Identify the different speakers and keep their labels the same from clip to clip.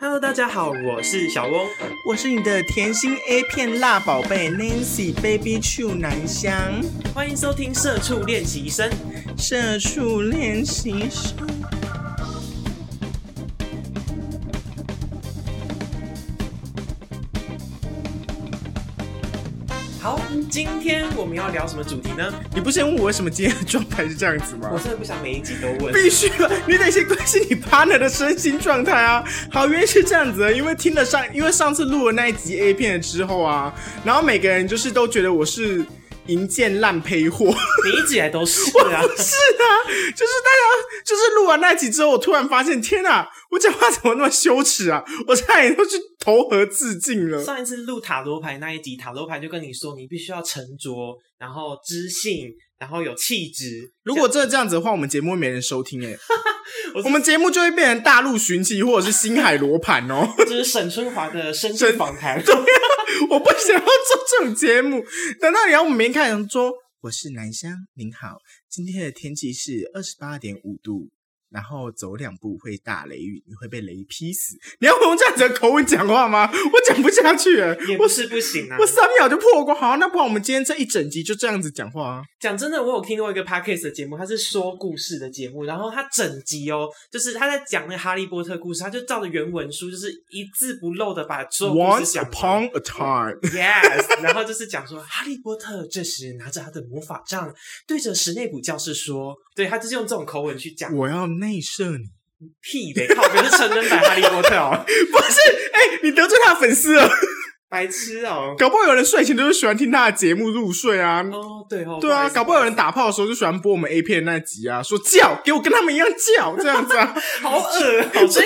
Speaker 1: Hello，大家好，我是小翁。
Speaker 2: 我是你的甜心 A 片辣宝贝 Nancy Baby Chu 南香，
Speaker 1: 欢迎收听《社畜练习生》。
Speaker 2: 社畜练习生。
Speaker 1: 好，今天我们要聊什么主题呢？
Speaker 2: 你不是先问我为什么今天的状态是这样子吗
Speaker 1: 我？真的不想每一集都 问。
Speaker 2: 必须啊，你得先关心你 partner 的身心状态啊。好，原因是这样子的，啊因为听了上，因为上次录了那一集 A 片了之后啊，然后每个人就是都觉得我是银剑烂胚货。
Speaker 1: 你一直以来都是啊。
Speaker 2: 是啊，就是大家就是录完那集之后，我突然发现，天啊，我讲话怎么那么羞耻啊！我差点都去投河自尽了。
Speaker 1: 上一次录塔罗牌那一集，塔罗牌就跟你说，你必须要沉着，然后知性，然后有气质。
Speaker 2: 如果真的这样子的话，我们节目会没人收听哎、
Speaker 1: 我是
Speaker 2: 我们节目就会变成大陆寻奇或者是星海罗盘哦。
Speaker 1: 这是沈春华的深圳访谈。
Speaker 2: 我不想要做这种节目。等到然后我们没看人说，我是南香，您好，今天的天气是二十八点五度，然后走两步会大雷雨，你会被雷劈死。你要我用这样子的口吻讲话吗？我讲不下去欸了，
Speaker 1: 也不
Speaker 2: 我
Speaker 1: 是不行啊
Speaker 2: 我！三秒就破光。好，那不然我们今天这一整集就这样子讲话啊。
Speaker 1: 讲真的，我有听过一个 podcast 的节目，它是说故事的节目，然后它整集哦，就是他在讲那个哈利波特故事，他就照着原文书，就是一字不漏的把所有故事
Speaker 2: Once
Speaker 1: 讲完
Speaker 2: upon a time，
Speaker 1: Yes，然后就是讲说，哈利波特这时拿着他的魔法杖，对着史内普教室说，对他就是用这种口吻去讲
Speaker 2: 我要内射你。
Speaker 1: 屁的，靠，可是成人版哈利波特哦，
Speaker 2: 不是，哎、你得罪他的粉丝了。
Speaker 1: 白痴哦，
Speaker 2: 搞不好有人睡前都是喜欢听他的节目入睡啊。
Speaker 1: 哦对哦，
Speaker 2: 对啊，
Speaker 1: 思
Speaker 2: 搞不好有人 打炮的时候就喜欢播我们 A 片那集啊，说叫，给我跟他们一样叫，这样子啊，
Speaker 1: 好恶，好所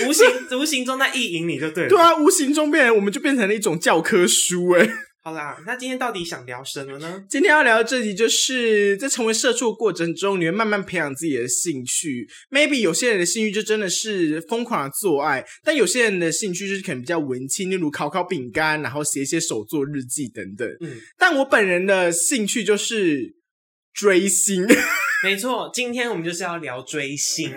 Speaker 1: 以无形无形中在意淫你就对了，
Speaker 2: 对啊，无形中变，我们就变成了一种教科书哎、
Speaker 1: 好啦，那今天到底想聊什么呢？
Speaker 2: 今天要聊的这集就是在成为社畜的过程中，你会慢慢培养自己的兴趣。Maybe 有些人的兴趣就真的是疯狂的做爱，但有些人的兴趣就是可能比较文青，例如烤烤饼干，然后写一些手作日记等等。
Speaker 1: 嗯，
Speaker 2: 但我本人的兴趣就是追星。
Speaker 1: 没错，今天我们就是要聊追星，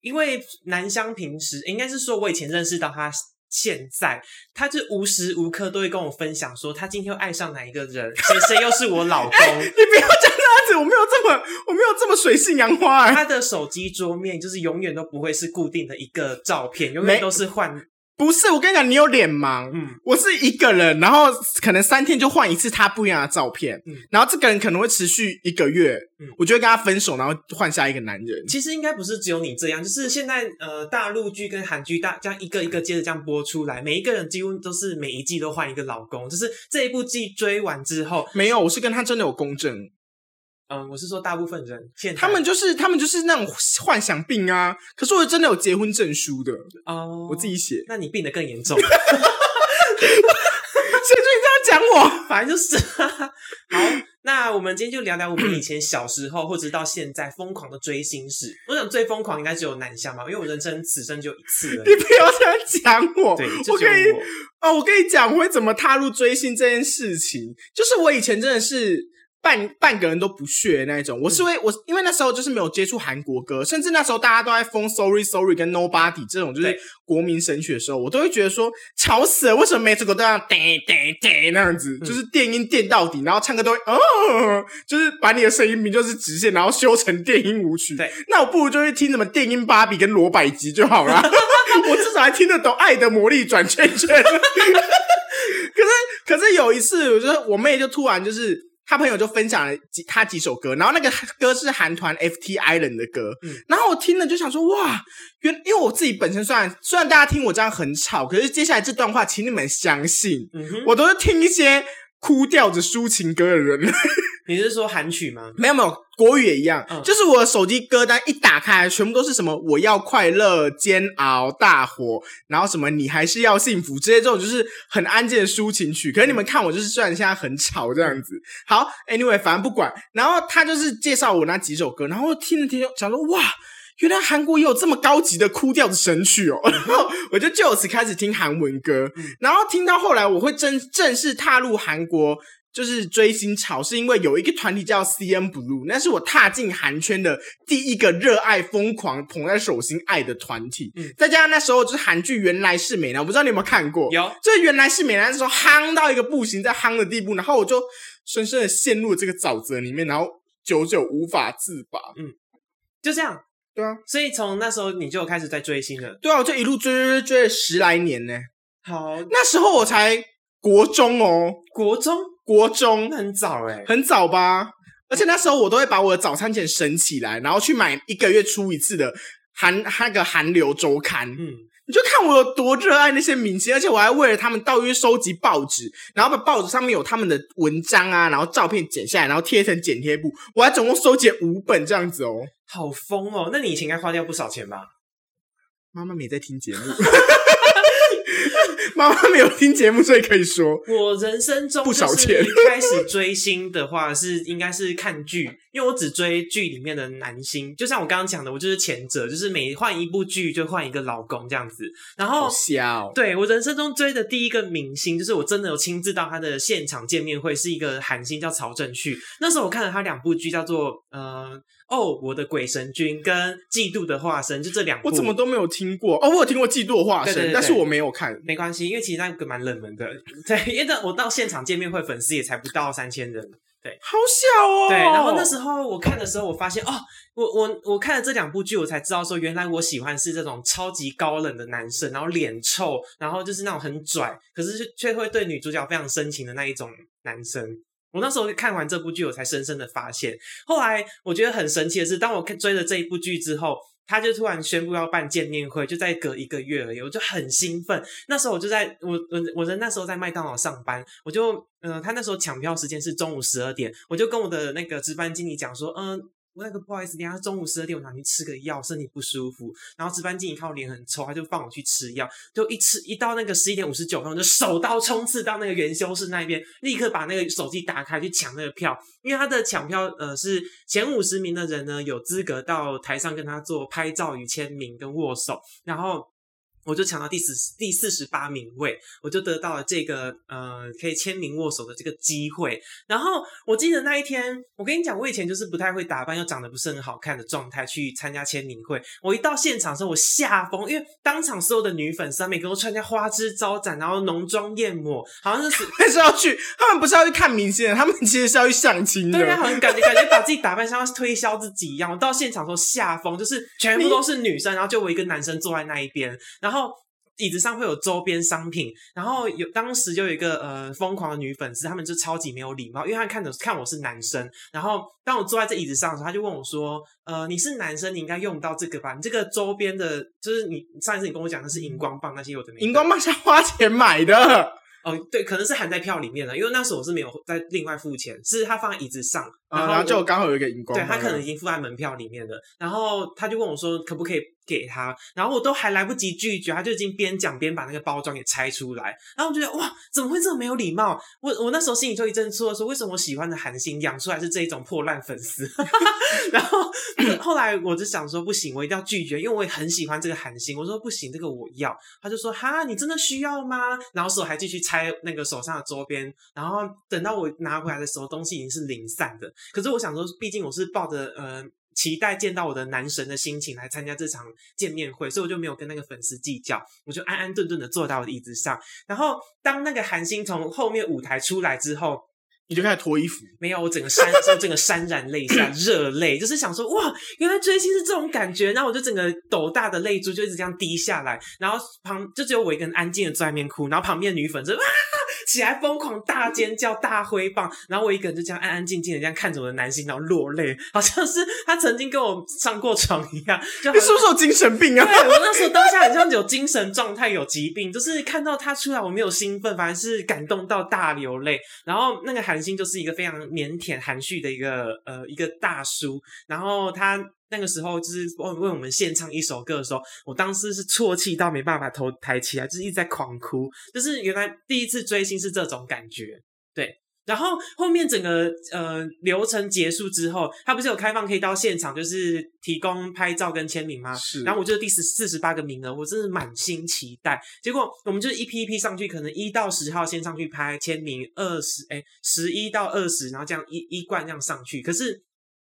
Speaker 1: 因为南湘平时应该是说，我以前认识到他。现在，他就无时无刻都会跟我分享说，他今天又爱上哪一个人，谁谁又是我老公。
Speaker 2: 你不要讲那样子，我没有这么我没有这么水性杨花哎、
Speaker 1: 他的手机桌面就是永远都不会是固定的一个照片，永远
Speaker 2: 没
Speaker 1: 都是换。
Speaker 2: 不是，我跟你讲，你有脸盲。
Speaker 1: 嗯，
Speaker 2: 我是一个人，然后可能三天就换一次他不一样的照片，
Speaker 1: 嗯
Speaker 2: 然后这个人可能会持续一个月，
Speaker 1: 嗯
Speaker 2: 我就会跟他分手，然后换下一个男人。
Speaker 1: 其实应该不是只有你这样，就是现在呃，大陆剧跟韩剧大这样一个一个接着这样播出来，每一个人几乎都是每一季都换一个老公，就是这一部剧追完之后，
Speaker 2: 没有，我是跟他真的有公正，
Speaker 1: 嗯、我是说大部分人现在
Speaker 2: 他们就是他们就是那种幻想病啊。可是我真的有结婚证书的，
Speaker 1: 哦，
Speaker 2: 我自己写。
Speaker 1: 那你病得更严重，
Speaker 2: 谁最近这样讲我？
Speaker 1: 反正就是、 好，那我们今天就聊聊我们以前小时候或者到现在疯狂的追星史。我想最疯狂应该只有南湘嘛，因为我人生此生就一次 而已。
Speaker 2: 你不要这样讲我。
Speaker 1: 对，就
Speaker 2: 我
Speaker 1: 只有
Speaker 2: 可以
Speaker 1: 我。
Speaker 2: 哦，我跟你讲，我会怎么踏入追星这件事情，就是我以前真的是半半个人都不屑的那一种。我是会、
Speaker 1: 嗯
Speaker 2: 我，因为那时候就是没有接触韩国歌，甚至那时候大家都在疯 Sorry Sorry 跟 Nobody 这种就是
Speaker 1: 对
Speaker 2: 国民神曲的时候，我都会觉得说吵死了，为什么每首歌都要叮叮叮那样子，
Speaker 1: 嗯
Speaker 2: 就是电音电到底，然后唱歌都会哦，就是把你的声音比就是直线，然后修成电音舞曲。
Speaker 1: 对，
Speaker 2: 那我不如就去听什么电音芭比跟罗百吉就好了。 我至少还听得懂《爱的魔力转圈圈》。可是，可是有一次，我就是我妹就突然就是她朋友就分享了几她几首歌，然后那个歌是韩团 FT Island 的歌，
Speaker 1: 嗯
Speaker 2: 然后我听了就想说哇，原因为我自己本身虽然虽然大家听我这样很吵，可是接下来这段话，请你们相信，
Speaker 1: 嗯哼，
Speaker 2: 我都是听一些哭吊着抒情歌的人。
Speaker 1: 你是说韩曲吗？
Speaker 2: 没有没有，国语也一样，
Speaker 1: 嗯
Speaker 2: 就是我的手机歌单一打开，全部都是什么我要快乐、煎熬、大火，然后什么你还是要幸福之类这种，就是很安静的抒情曲。可是你们看我，就是虽然现在很吵这样子，好，anyway，反正不管。然后他就是介绍我那几首歌，然后听着听着，想说哇。原来韩国也有这么高级的哭调的神曲哦， 然后我就
Speaker 1: 嗯
Speaker 2: 就此开始听韩文歌，然后听到后来，我会正正式踏入韩国就是追星潮，是因为有一个团体叫 CN Blue，那是我踏进韩圈的第一个热爱、疯狂捧在手心爱的团体。
Speaker 1: 嗯
Speaker 2: 再加上那时候就是韩剧《原来是美男》，我不知道你有没有看过？
Speaker 1: 有
Speaker 2: 这原来是美男那时候夯到一个不行，在夯的地步，然后我就深深的陷入了这个沼泽里面，然后久久无法自拔。
Speaker 1: 就这样。
Speaker 2: 对啊，
Speaker 1: 所以从那时候你就有开始在追星了。
Speaker 2: 对啊，我就一路追追追追了十来年呢、
Speaker 1: 好，
Speaker 2: 那时候我才国中哦，
Speaker 1: 国中
Speaker 2: 国中
Speaker 1: 那很早哎、
Speaker 2: 很早吧？而且那时候我都会把我的早餐钱省起来，然后去买一个月出一次的韩那个韩流周刊。
Speaker 1: 嗯，
Speaker 2: 你就看我有多热爱那些明星，而且我还为了他们到处去收集报纸，然后把报纸上面有他们的文章啊，然后照片剪下来，然后贴成剪贴簿。我还总共收集了五本这样子哦。
Speaker 1: 好疯哦！那你以前应该花掉不少钱吧？
Speaker 2: 妈妈没在听节目， 妈妈没有听节目，所以可以说。
Speaker 1: 我人生中
Speaker 2: 不少
Speaker 1: 就是
Speaker 2: 钱
Speaker 1: 开始追星的话是应该是看剧，因为我只追剧里面的男星。就像我刚刚讲的，我就是前者，就是每换一部剧就换一个老公这样子。然后
Speaker 2: 好瞎哦！
Speaker 1: 对我人生中追的第一个明星，就是我真的有亲自到他的现场见面会，是一个韩星叫曹正旭。那时候我看了他两部剧，叫做呃哦我的鬼神君跟嫉妒的化身，就这两部。
Speaker 2: 我怎么都没有听过哦，我有听过《嫉妒的化身》
Speaker 1: 对对对
Speaker 2: 但是我没有看。
Speaker 1: 没关系，因为其实那个蛮冷门的，对，因为那我到现场见面会，粉丝也才不到三千人。
Speaker 2: 好小哦！
Speaker 1: 对，然后那时候我看的时候，我发现哦，我我我看了这两部剧，我才知道说，原来我喜欢是这种超级高冷的男生，然后脸臭，然后就是那种很拽，可是却却会对女主角非常深情的那一种男生。我那时候看完这部剧，我才深深的发现。后来我觉得很神奇的是，当我看追了这一部剧之后，他就突然宣布要办见面会，就在隔一个月而已，我就很兴奋。那时候我就在我我我人那时候在麦当劳上班，我就嗯、呃他那时候抢票时间是中午十二点，我就跟我的那个值班经理讲说，嗯、我那个不好意思，等一下中午十二点我拿去吃个药，身体不舒服。然后值班经理看我脸很臭，他就放我去吃药。就一吃一到那个十一点五十九分，我就手刀冲刺到那个元修室那边，立刻把那个手机打开去抢那个票，因为他的抢票呃是前五十名的人呢有资格到台上跟他做拍照与签名跟握手，然后。我就抢到第十第四十八名位，我就得到了这个呃可以签名握手的这个机会。然后我记得那一天，我跟你讲，我以前就是不太会打扮，又长得不是很好看的状态去参加签名会。我一到现场的时候，我吓疯，因为当场所有的女粉丝啊每个都穿着花枝招展，然后浓妆艳抹，好像是
Speaker 2: 那是要去，他们不是要去看明星的，他们其实是要去相亲的。
Speaker 1: 对，她好像感觉感觉把自己打扮像要推销自己一样。我到现场的时候吓疯，就是全部都是女生，然后就我一个男生坐在那一边，然后。椅子上会有周边商品，然后有当时就有一个呃疯狂的女粉丝，她们就超级没有礼貌，因为她看着看我是男生，然后当我坐在这椅子上的时候，她就问我说：“呃，你是男生，你应该用不到这个吧？你这个周边的，就是你上一次你跟我讲的是荧光棒那些有的没的
Speaker 2: 荧光棒是要花钱买的，
Speaker 1: 哦，对，可能是含在票里面的，因为那时候我是没有在另外付钱，是他放在椅子上，
Speaker 2: 啊，
Speaker 1: 后
Speaker 2: 然后就
Speaker 1: 我
Speaker 2: 刚好有一个荧光
Speaker 1: 对
Speaker 2: 棒。
Speaker 1: 他可能已经附在门票里面了，然后他就问我说可不可以给他，然后我都还来不及拒绝，他就已经边讲边把那个包装给拆出来，然后我觉得哇，怎么会这么没有礼貌？我我那时候心里就一阵错，说为什么我喜欢的韩星养出来是这一种破烂粉丝？ 然后后来我就想说不行，我一定要拒绝，因为我也很喜欢这个韩星，我说不行，这个我要，他就说哈，你真的需要吗？然后手还继续拆那个手上的周边，然后等到我拿回来的时候，东西已经是零散的。可是我想说，毕竟我是抱着呃期待见到我的男神的心情来参加这场见面会，所以我就没有跟那个粉丝计较，我就安安顿顿的坐到我的椅子上。然后当那个韩星从后面舞台出来之后，
Speaker 2: 你就开始脱衣服，
Speaker 1: 没有，我整个潸，就整个潸然泪下，热泪，就是想说，哇，原来追星是这种感觉。然后我就整个斗大的泪珠就一直这样滴下来，然后旁就只有我一个人安静的坐在那边哭，然后旁边的女粉就啊起来疯狂大尖叫、大挥棒，然后我一个人就这样安安静静的这样看着我的男星，然后落泪，好像是他曾经跟我上过床一样，就好
Speaker 2: 你
Speaker 1: 像
Speaker 2: 是不是有精神病 啊？
Speaker 1: 对我那时候当下很像有精神状态有疾病，就是看到他出来我没有兴奋，反而是感动到大流泪。然后那个韩星就是一个非常腼腆含蓄的一个呃一个大叔，然后他。那个时候就是为为我们献唱一首歌的时候，我当时是啜泣到没办法把头抬起来，就是一直在狂哭。就是原来第一次追星是这种感觉，对。然后后面整个呃流程结束之后，他不是有开放可以到现场，就是提供拍照跟签名吗？
Speaker 2: 是，
Speaker 1: 然后我就第十四十八个名额，我真是满心期待。结果我们就是一批一批上去，可能一到十号先上去拍签名，二十哎十一到二十，然后这样一一贯这样上去。可是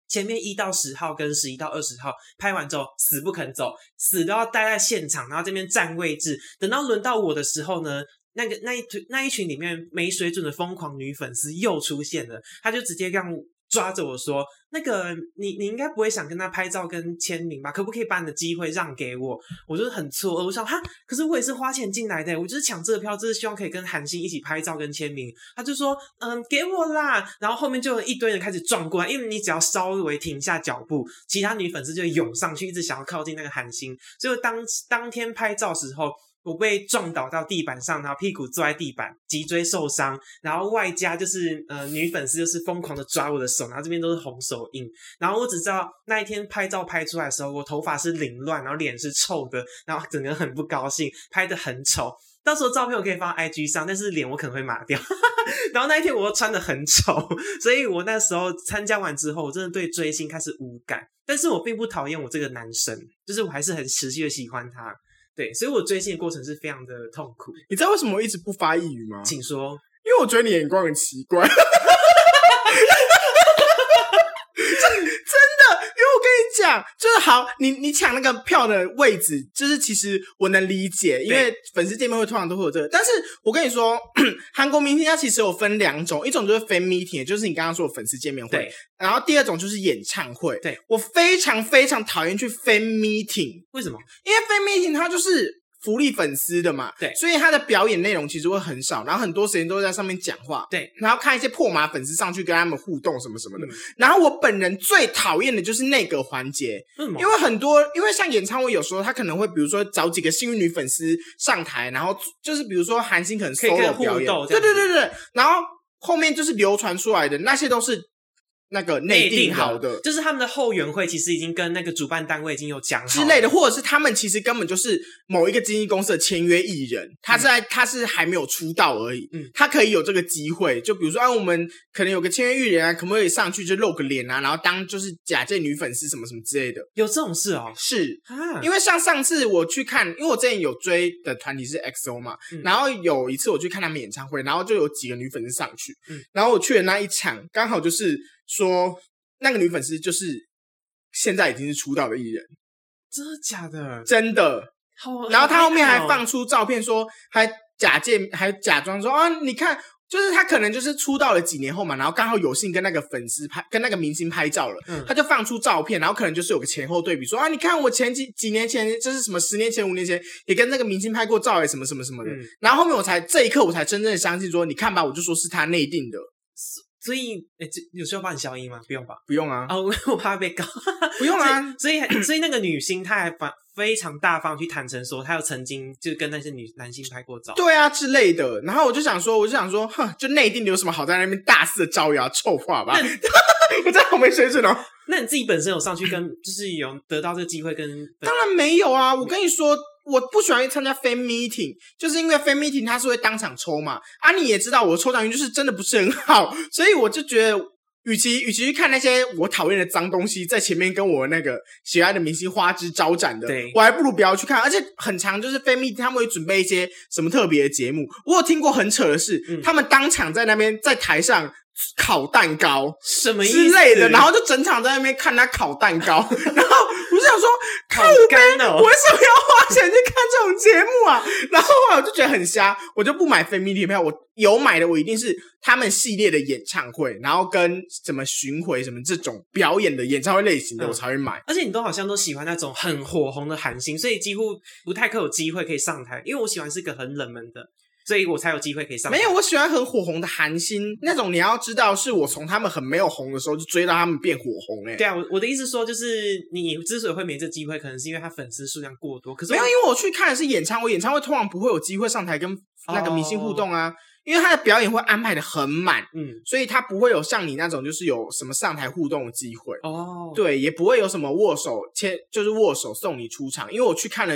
Speaker 1: 前面一到十号跟十一到二十号拍完之后，死不肯走，死都要待在现场，然后这边占位置。等到轮到我的时候呢，那个那一群那一群里面没水准的疯狂女粉丝又出现了，她就直接让抓着我说：“那个你你应该不会想跟她拍照跟签名吧？可不可以把你的机会让给我？”我就是很错愕，我想哈，可是我也是花钱进来的，我就是抢这个票，就是希望可以跟韩星一起拍照跟签名。她就说：“嗯，给我啦。”然后后面就有一堆人开始撞过来，因为你只要稍微停下脚步，其他女粉丝就涌上去，一直想要靠近那个韩星。所以当当天拍照时候。我被撞倒到地板上，然后屁股坐在地板，脊椎受伤，然后外加就是呃女粉丝就是疯狂的抓我的手，然后这边都是红手印，然后我只知道那一天拍照拍出来的时候，我头发是凌乱，然后脸是臭的，然后整个人很不高兴，拍的很丑。到时候照片我可以放在 IG 上，但是脸我可能会麻掉。 然后那一天我又穿的很丑，所以我那时候参加完之后，我真的对追星开始无感。但是我并不讨厌我这个男生，就是我还是很持续的喜欢他。对，所以我追星的过程是非常的痛苦。
Speaker 2: 你知道为什么我一直不发一语吗？
Speaker 1: 请说，
Speaker 2: 因为我觉得你眼光很奇怪。 真真的，因为我跟你讲，就是好，你你抢那个票的位置，就是其实我能理解，因为粉丝见面会通常都会有这个。但是我跟你说， 韩国明星它其实有分两种，一种就是 fan meeting，也就是你刚刚说的粉丝见面会
Speaker 1: 对，，
Speaker 2: 然后第二种就是演唱会。
Speaker 1: 对
Speaker 2: 我非常非常讨厌去 fan meeting，
Speaker 1: 为什么？
Speaker 2: 因为 fan meeting 它就是福利粉丝的嘛，
Speaker 1: 对
Speaker 2: 所以它的表演内容其实会很少，然后很多时间都在上面讲话，
Speaker 1: 对，
Speaker 2: 然后看一些破马粉丝上去跟他们互动什么什么的。
Speaker 1: 嗯
Speaker 2: 然后我本人最讨厌的就是那个环节，
Speaker 1: 为什么？
Speaker 2: 因为很多，因为像演唱会有时候他可能会比如说找几个幸运女粉丝上台，然后就是比如说韩星可能
Speaker 1: 可以跟
Speaker 2: solo
Speaker 1: 互
Speaker 2: 表演，
Speaker 1: 动这
Speaker 2: 对
Speaker 1: 样
Speaker 2: 对
Speaker 1: 子
Speaker 2: 对对，然后后面就是流传出来的那些都是那个内定好的，
Speaker 1: 就是他们的后援会其实已经跟那个主办单位已经有讲好
Speaker 2: 之类的，，或者是他们其实根本就是某一个经纪公司的签约艺人，他是在、他是还没有出道而已，
Speaker 1: 嗯
Speaker 2: 他可以有这个机会，就比如说啊，我们可能有个签约艺人啊，可不可以上去就露个脸啊，然后当就是假借女粉丝什么什么之类的，
Speaker 1: 有这种事哦、
Speaker 2: 是。
Speaker 1: 啊，
Speaker 2: 因为像上次我去看，因为我之前有追的团体是 XO 嘛，
Speaker 1: 嗯
Speaker 2: 然后有一次我去看他们演唱会，然后就有几个女粉丝上去，
Speaker 1: 嗯
Speaker 2: 然后我去的那一场刚好就是说那个女粉丝就是现在已经是出道的艺人，
Speaker 1: 真的假的？
Speaker 2: 真的，
Speaker 1: 好，
Speaker 2: 然后他
Speaker 1: 好
Speaker 2: 后面还
Speaker 1: 厉害哦
Speaker 2: 放出照片说，还假借还假装说啊，你看，就是他可能就是出道了几年后嘛，然后刚好有幸跟那个粉丝拍，跟那个明星拍照了，
Speaker 1: 嗯
Speaker 2: 他就放出照片，然后可能就是有个前后对比，说啊，你看我前几几年前，就是什么十年前、五年前也跟那个明星拍过照哎，什么什么什么的。
Speaker 1: 嗯
Speaker 2: 然后后面我才这一刻我才真正相信说，你看吧，我就说是他内定的，
Speaker 1: 所以哎、这有需要帮你消音吗？不用吧？
Speaker 2: 不用啊，
Speaker 1: 啊， 我我怕被告。
Speaker 2: 不用啊，
Speaker 1: 所以，所以所以那个女星她还反非常大方去坦诚说，她有曾经就跟那些女男星拍过照。
Speaker 2: 对啊之类的。然后我就想说，我就想说，哼，就内定的有什么好在那边大肆的招摇臭话吧？ 我真的好没水准哦。
Speaker 1: 那你自己本身有上去跟，就是有得到这个机会跟
Speaker 2: 当然没有啊，我跟你说。我不喜欢参加 fan meeting，就是因为 fan meeting 它是会当场抽嘛，啊你也知道我抽奖运就是真的不是很好， 所以我就觉得，与其与其去看那些我讨厌的脏东西在前面跟我那个喜爱的明星花枝招展的
Speaker 1: 对，
Speaker 2: 我还不如不要去看。而且很长就是 fan meeting 他们会准备一些什么特别的节目，我有听过很扯的是，
Speaker 1: 嗯
Speaker 2: 他们当场在那边在台上烤蛋糕，
Speaker 1: 什么意思
Speaker 2: 之类的，然后就整场在那边看他烤蛋糕， 然后我就 想说，
Speaker 1: 好
Speaker 2: 靠呗，
Speaker 1: 干哦
Speaker 2: 我为什么要花钱去看这种节目啊？ 然后后来我就觉得很瞎，我就不买非迷体票，我有买的我一定是他们系列的演唱会，然后跟什么巡回什么这种表演的演唱会类型的
Speaker 1: 嗯
Speaker 2: 我才会买。
Speaker 1: 而且你都好像都喜欢那种很火红的韩星，所以几乎不太可有机会可以上台。因为我喜欢是个很冷门的，所以我才有机会可以上台。
Speaker 2: 没有，，我喜欢很火红的韩星那种，你要知道，是我从他们很没有红的时候就追到他们变火红、欸，
Speaker 1: 对啊，我我的意思说就是，你之所以会没这机会，可能是因为他粉丝数量过多。可是
Speaker 2: 没
Speaker 1: 我
Speaker 2: 有，因为我去看的是演唱会，演唱会通常不会有机会上台跟那个明星互动
Speaker 1: 哦
Speaker 2: 啊，因为他的表演会安排的很满，
Speaker 1: 嗯，
Speaker 2: 所以他不会有像你那种就是有什么上台互动的机会，
Speaker 1: 哦，，
Speaker 2: 对，也不会有什么握手牵，就是握手送你出场，因为我去看了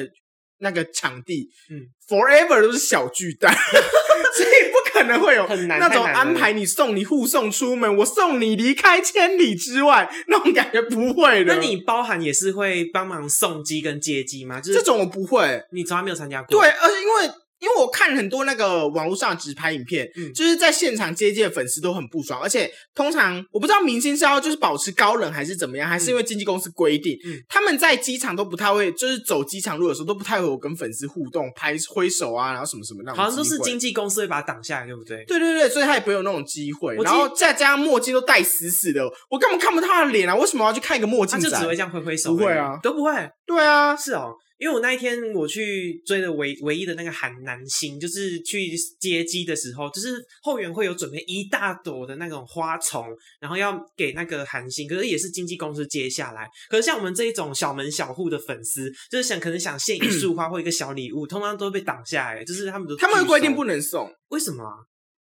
Speaker 2: 那个场地，
Speaker 1: 嗯
Speaker 2: ，forever 都是小巨蛋，所以不可可能会有
Speaker 1: 很难
Speaker 2: 那种
Speaker 1: 太难了
Speaker 2: 安排，你送你护送出门，我送你离开千里之外那种感觉不会的。
Speaker 1: 那你包含也是会帮忙送机跟接机吗？就
Speaker 2: 这
Speaker 1: 是
Speaker 2: 种我不会，
Speaker 1: 你从来没有参加过，
Speaker 2: 对，，啊而且因为因为我看很多那个网络上的直拍影片，
Speaker 1: 嗯
Speaker 2: 就是在现场接机的粉丝都很不爽，而且通常我不知道明星是要就是保持高冷还是怎么样，还是因为经纪公司规定，
Speaker 1: 嗯
Speaker 2: 他们在机场都不太会，就是走机场路的时候都不太会有跟粉丝互动、拍挥手啊，然后什么什么那种，
Speaker 1: 好像都是。经纪公司会把它挡下来，对不对？
Speaker 2: 对对对，所以他也不会有那种机会，
Speaker 1: 我记
Speaker 2: 然后再加上墨镜都戴死死的，我根本看不到他的脸啊！为什么我要去看一个墨
Speaker 1: 他
Speaker 2: 镜
Speaker 1: 就
Speaker 2: 仔？
Speaker 1: 只会这样挥挥手而已，
Speaker 2: 不会啊
Speaker 1: 都不会。
Speaker 2: 对啊，
Speaker 1: 是哦，因为我那一天我去追的唯唯一的那个韩南星，就是去接机的时候，就是后援会有准备一大朵的那种花丛，然后要给那个韩星，可是也是经纪公司接下来。可是像我们这一种小门小户的粉丝，就是想可能想献一束花或一个小礼物，通常都被挡下来，就是他们都
Speaker 2: 他们
Speaker 1: 拒
Speaker 2: 会
Speaker 1: 收
Speaker 2: 规定不能送，
Speaker 1: 为什么啊、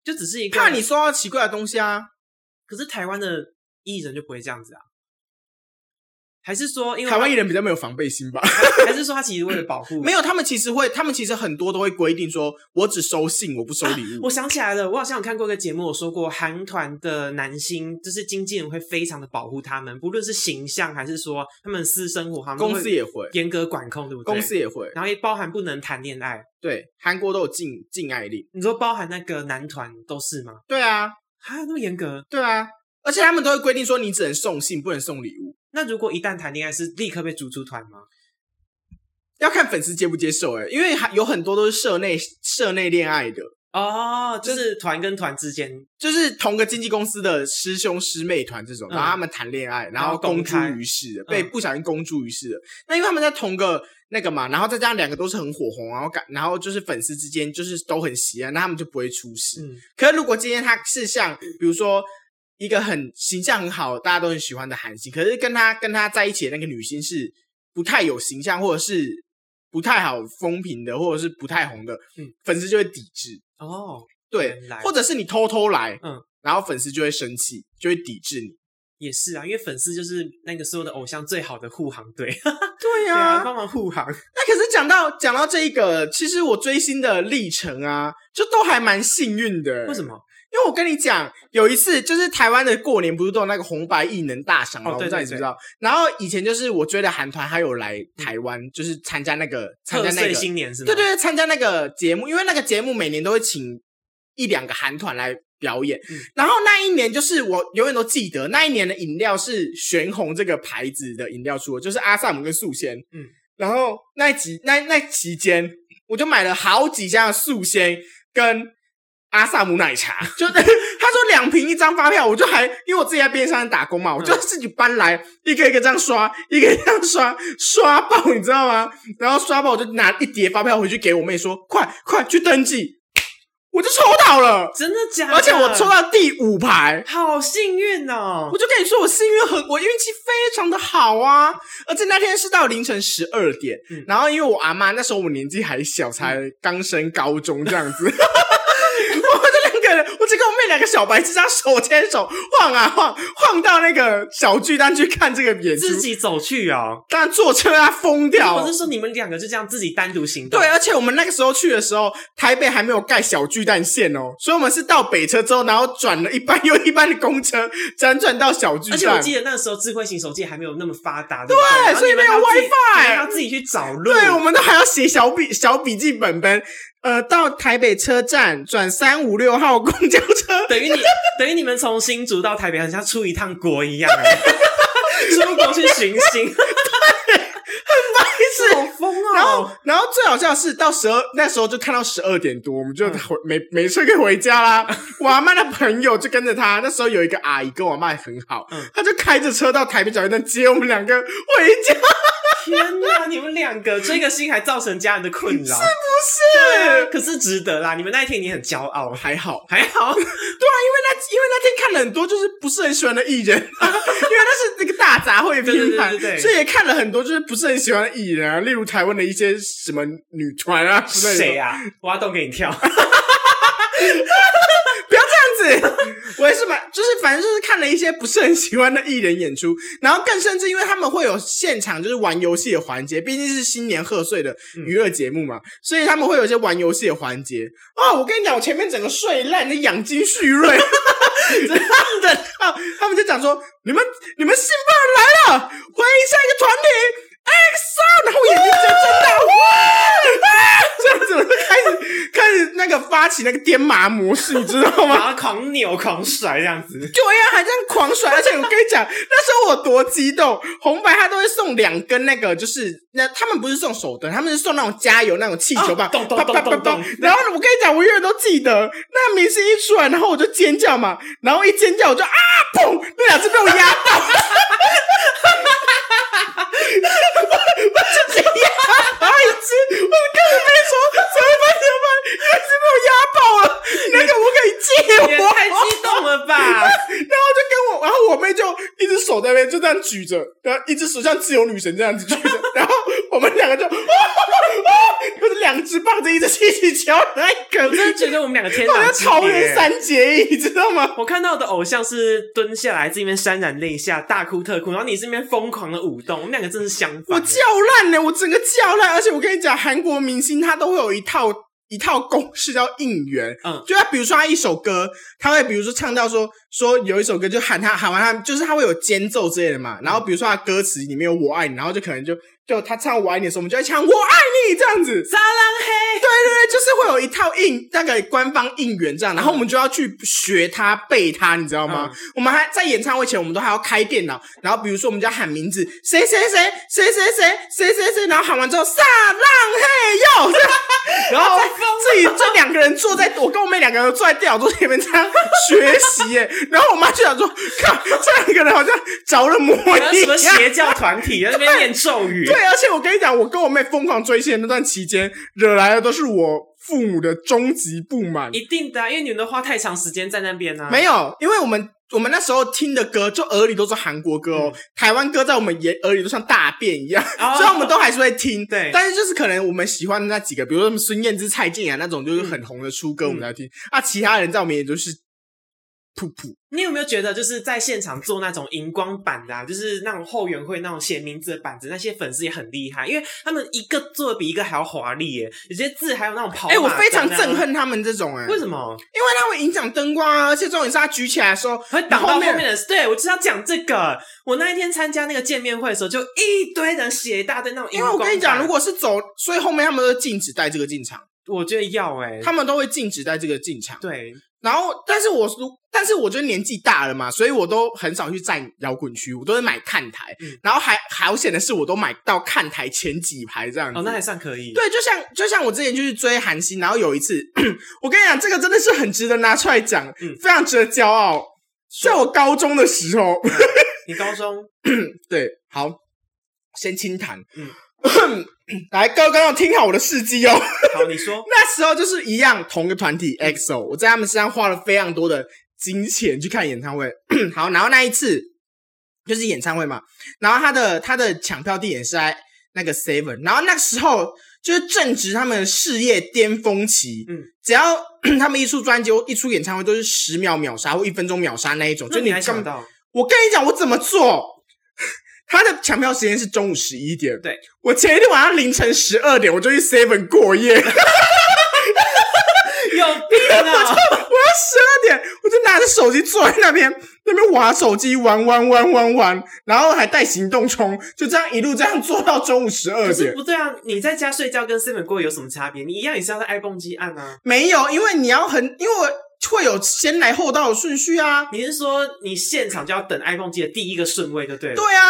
Speaker 1: 就只是一个
Speaker 2: 怕你，收到奇怪的东西啊。
Speaker 1: 可是台湾的艺人就不会这样子啊。还是说，因为
Speaker 2: 台湾艺
Speaker 1: 艺
Speaker 2: 人比较没有防备心吧？
Speaker 1: 还是说他其实为了保护
Speaker 2: 没有，他们其实会，他们其实很多都会规定说，我只收信，我不收礼物。
Speaker 1: 啊我想起来了，我好像有看过一个节目，我说过韩团的男星，就是经纪人会非常的保护他们，不论是形象还是说他们私生活，他们
Speaker 2: 公司也会，
Speaker 1: 严格管控，对不对？
Speaker 2: 公司，也会，
Speaker 1: 然后也包含不能谈恋爱。
Speaker 2: 对，韩国都有禁禁爱令。
Speaker 1: 你说包含那个男团都是吗？
Speaker 2: 对啊，
Speaker 1: 啊，那么严格？
Speaker 2: 对啊，而且他们都会规定说，你只能送信，不能送礼物。
Speaker 1: 那如果一旦谈恋爱，是立刻被逐出团吗？
Speaker 2: 要看粉丝接不接受哎、欸因为还有很多都是社内社内恋爱的，
Speaker 1: 哦，就是团跟团之间，
Speaker 2: 就是同个经纪公司的师兄师妹团这种，
Speaker 1: 嗯
Speaker 2: 然后他们谈恋爱，然
Speaker 1: 然
Speaker 2: 后
Speaker 1: 后
Speaker 2: 公
Speaker 1: 公
Speaker 2: 诸
Speaker 1: 开
Speaker 2: 于世的，
Speaker 1: 嗯
Speaker 2: 被不小心公诸于世的。那因为他们在同个那个嘛，然后再加上两个都是很火红，然后感，然后就是粉丝之间就是都很喜爱，那他们就不会出事。
Speaker 1: 嗯，
Speaker 2: 可是如果今天他是像比如说一个很形象很好，大家都很喜欢的韩星，可是跟他跟他在一起的那个女星是不太有形象，或者是不太好风评的，或者是不太红的，
Speaker 1: 嗯
Speaker 2: 粉丝就会抵制。
Speaker 1: 哦，
Speaker 2: 对
Speaker 1: 原来，
Speaker 2: 或者是你偷偷来，
Speaker 1: 嗯，
Speaker 2: 然后粉丝就会生气，就会抵制你。
Speaker 1: 也是啊，因为粉丝就是那个所有的偶像最好的护航队，
Speaker 2: 对
Speaker 1: 对啊，帮忙护航。
Speaker 2: 那可是讲到讲到这一个，其实我追星的历程啊，就都还蛮幸运的。
Speaker 1: 为什？么？
Speaker 2: 因为我跟你讲，有一次就是台湾的过年不是都有那个红白艺能大赏吗？
Speaker 1: 哦
Speaker 2: 我不
Speaker 1: 对
Speaker 2: 知道你知不知道。然后以前就是我追的韩团，还有来台湾，就是参加那个参
Speaker 1: 贺
Speaker 2: 加那
Speaker 1: 岁
Speaker 2: 个
Speaker 1: 新年是吗？
Speaker 2: 对对对，参加那个节目，因为那个节目每年都会请一两个韩团来表演。
Speaker 1: 嗯
Speaker 2: 然后那一年就是我永远都记得，那一年的饮料是玄红这个牌子的饮料出的，就是阿萨姆跟素仙。
Speaker 1: 嗯，
Speaker 2: 然后那一集那那期间，我就买了好几箱的素仙跟。阿萨姆奶茶， 就他说两瓶一张发票，我就还因为我自己在边上打工嘛，我就
Speaker 1: 嗯
Speaker 2: 自己搬来一个一个这样刷，一个一个这样刷，刷爆你知道吗？然后刷爆我就拿一叠发票回去给我妹说，快快去登记，我就抽到了，
Speaker 1: 真的假的？
Speaker 2: 而且我抽到第五排。
Speaker 1: 好幸运哦
Speaker 2: 我！就跟你说，我幸运很，我运气非常的好啊！而且那天是到凌晨十二点，
Speaker 1: 嗯
Speaker 2: 然后因为我阿妈那时候我年纪还小，才刚升高中这 样子，我这两个人，我只跟我妹两个小白痴这样手牵手晃啊晃，晃到那个小巨蛋去看这个演出，
Speaker 1: 自己走去哦。
Speaker 2: 当然坐车要疯掉。
Speaker 1: 我是说你们两个就这样自己单独行动。
Speaker 2: 啊对，，而且我们那个时候去的时候，台北还没有盖小巨蛋线哦，所以我们是到北车之后，然后转了一班又一班的公车，辗转到小巨
Speaker 1: 而且我
Speaker 2: 蛋。
Speaker 1: 记得那时候智慧型手机还没有那么发达，对不
Speaker 2: 对
Speaker 1: 对，
Speaker 2: 所以没有
Speaker 1: 然后你们还
Speaker 2: WiFi
Speaker 1: 要自己你们还要自己去找路。
Speaker 2: 对，我们都还要写小笔 小笔记本本。呃，到台北车站转三五六号公 交车，
Speaker 1: 等于你等于你们从新竹到台北，很像出一趟国一样哎， 出国去寻星，
Speaker 2: 是
Speaker 1: 好疯哦！
Speaker 2: 然后，然后最好笑的是，到十二那时候就看到十二点多，我们就
Speaker 1: 嗯
Speaker 2: 回、没没车可以回家 啦。我阿妈的朋友就跟着他，那时候有一个阿姨跟我妈也很好，
Speaker 1: 嗯
Speaker 2: 她就开着车到台北转运站接我们两个回家。
Speaker 1: 天哪，你们两个追个星还造成家人的 困扰，是
Speaker 2: 不是
Speaker 1: 可是值得啦，你们那一天你很骄傲，还
Speaker 2: 还好，
Speaker 1: 还 好。
Speaker 2: 对啊，因为那因为那天看了很多就是不是很喜欢的艺人，因为 那是那个大杂烩拼盘，
Speaker 1: 对对对对对
Speaker 2: 所以也看了很多就是不是很喜欢的艺人啊，例如台湾的一些什么女团啊之类的。
Speaker 1: 谁、呀、啊？挖洞给你跳，
Speaker 2: 不要这 我也是蛮，就是反正就是看了一些不是很喜欢的艺人演出，然后更甚至因为他们会有现场就是玩游戏的环节，毕竟是新年贺岁的娱乐节目嘛，所以他们会有一些玩游戏的环节。哦，我跟你讲，我前面整个睡烂，的养精蓄锐。真的，哦，他们就讲说，你们你们新朋友来了，欢迎下一个团体 EXO，然后我眼睛就睁大，哇，这样子 我就开始开始那个发起那个颠麻模式，你知道吗？
Speaker 1: 然后狂扭狂甩这样 子，
Speaker 2: 对呀、啊还这样狂甩，而且我跟你讲，那时候我多激动，红白他都会送两根那个，就是那他们不是送手灯，他们是送那种加油那种气球棒，
Speaker 1: 啊咚咚
Speaker 2: 啪啪
Speaker 1: 咚
Speaker 2: 啪
Speaker 1: 咚
Speaker 2: 啪
Speaker 1: 咚。
Speaker 2: 然后我跟你讲，我永远都记得那明星一出来，然后我就尖叫嘛，然后一尖叫我就啊砰，那两只被我压到。 我就这样，然后啊一只，我跟着妹说怎么办怎么办，一只被我压爆了，那个我可以
Speaker 1: 也
Speaker 2: 借 我，
Speaker 1: 太激动了 吧！
Speaker 2: 然后就跟我，然后我妹就一只手在那边就这样举着，然后一只手像自由女神这样子举着， 然后我们两个就， 啊啊，就是两只抱着一只气气球，那一
Speaker 1: 我
Speaker 2: 个
Speaker 1: 真的觉得我们两个天
Speaker 2: 好
Speaker 1: 壤
Speaker 2: 像
Speaker 1: 之
Speaker 2: 桃
Speaker 1: 别
Speaker 2: 园。三结义，你知道吗？
Speaker 1: 我看到我的偶像是蹲下来，这边潸然泪下，大哭特哭，然后你这边疯狂的舞动，我们两个真是相反。
Speaker 2: 我叫烂了，我整个叫烂，而且我跟你讲，韩国明星他都会有一套一套公式叫应援，
Speaker 1: 嗯
Speaker 2: 就他比如说他一首歌，他会比如说唱到说说有一首歌就喊他喊完他就是他会有间奏之类的嘛，然后比如说他歌词里面有我爱你，然后就可能就就他唱我爱你的时候，我们就会唱我爱你这样子，
Speaker 1: 撒浪
Speaker 2: 对对对，就是会有一套应那个官方应援这样，然后我们就要去学它背它，你知道吗？我们还在演唱会前，我们都还要开电脑，然后比如说我们就要喊名字，谁谁谁谁谁谁谁谁谁，然后喊完之后，撒浪嘿哟，然后自己这两个人坐在，我跟我妹两个人坐在电脑桌前面这样学习耶，然后我妈就想说，看这两个人好像着了魔
Speaker 1: 嘿，然后
Speaker 2: 一
Speaker 1: 什么
Speaker 2: 样。
Speaker 1: 邪教团 体在那边念咒语，
Speaker 2: 对，而且我跟你讲，我跟我妹疯狂追星的那段期间，惹来的都是我父母的终极不满。
Speaker 1: 一定的啊、因为你们都花太长时间在那边啊。
Speaker 2: 没有，因为我们我们那时候听的歌，就耳里都是韩国歌哦，台湾歌在我们眼耳里都像大便一样，
Speaker 1: 哦
Speaker 2: 所以我们都还是会听。
Speaker 1: 对
Speaker 2: 但是就是可能我们喜欢的那几个，比如说什么孙燕姿、蔡健雅啊那种，就是很红的出歌，我们才听。啊，其他人在我们眼里就是噗噗。
Speaker 1: 你有没有觉得，就是在现场做那种荧光板的、啊，就是那种后援会那种写名字的板子，那些粉丝也很厉害，因为他们一个做的比一个还要华丽耶，有些字还有那种跑马
Speaker 2: 哎、
Speaker 1: 灯
Speaker 2: 我
Speaker 1: 啊。
Speaker 2: 非常憎恨他们这种哎、
Speaker 1: 为什么
Speaker 2: 因为它会影响灯光啊，而且重点是它举起来的时候
Speaker 1: 会挡到后
Speaker 2: 后面
Speaker 1: 面的？对我就是要讲这个。我那一天参加那个见面会的时候，就一堆人写一大堆那种荧
Speaker 2: 因为
Speaker 1: 光板。
Speaker 2: 我跟你讲，如果是走，所以后面他们都禁止带这个进场，
Speaker 1: 我觉得要哎、
Speaker 2: 他们都会禁止带这个进场。
Speaker 1: 对
Speaker 2: 然后，但是我如，但是我就年纪大了嘛，所以我都很少去站摇滚区，我都是买看台。
Speaker 1: 嗯
Speaker 2: 然后还好险的是，我都买到看台前几排这样子。
Speaker 1: 哦，那还算可以。
Speaker 2: 对，就像就像我之前就是追韩星，然后有一次， 我跟你讲，这个真的是很值得拿出来讲，
Speaker 1: 嗯
Speaker 2: 非常值得骄傲。在我高中的时候，
Speaker 1: 你高中
Speaker 2: 对，好，先清谈。
Speaker 1: 嗯
Speaker 2: 来，各位观众听好我的事迹哦。
Speaker 1: 好，你说
Speaker 2: 那时候就是一样，同一个团体 EXO，我在他们身上花了非常多的金钱去看演唱会。 好，然后那一次就是演唱会嘛，然后他的他的抢票地点是在那个 Seven，然后那时候就是正值他们事业巅峰期，
Speaker 1: 嗯
Speaker 2: 只要 他们一出专辑或一出演唱会都是十秒秒杀或一分钟秒杀那一种，
Speaker 1: 那
Speaker 2: 就
Speaker 1: 你还
Speaker 2: 根
Speaker 1: 想
Speaker 2: 本
Speaker 1: 到
Speaker 2: 我跟你讲，我怎么做？他的抢票时间是中午十一点。
Speaker 1: 对，
Speaker 2: 我前一天晚上凌晨十二点，我就去 Seven 过夜。我
Speaker 1: 有病 啊！
Speaker 2: 要十二点，我就拿着手机坐在那边，那边玩手机，玩玩玩玩玩，然后还带行动充，就这样一路这样坐到中午十二
Speaker 1: 可是
Speaker 2: 点。
Speaker 1: 不对啊，你在家睡觉跟 seven 过有什么差别？你一样也是要在 iPhone 机按啊。
Speaker 2: 没有，因为你要很，因为我会有先来后到的顺序啊。
Speaker 1: 你是说你现场就要等 iPhone 机的第一个顺位，就对了。，
Speaker 2: 对啊，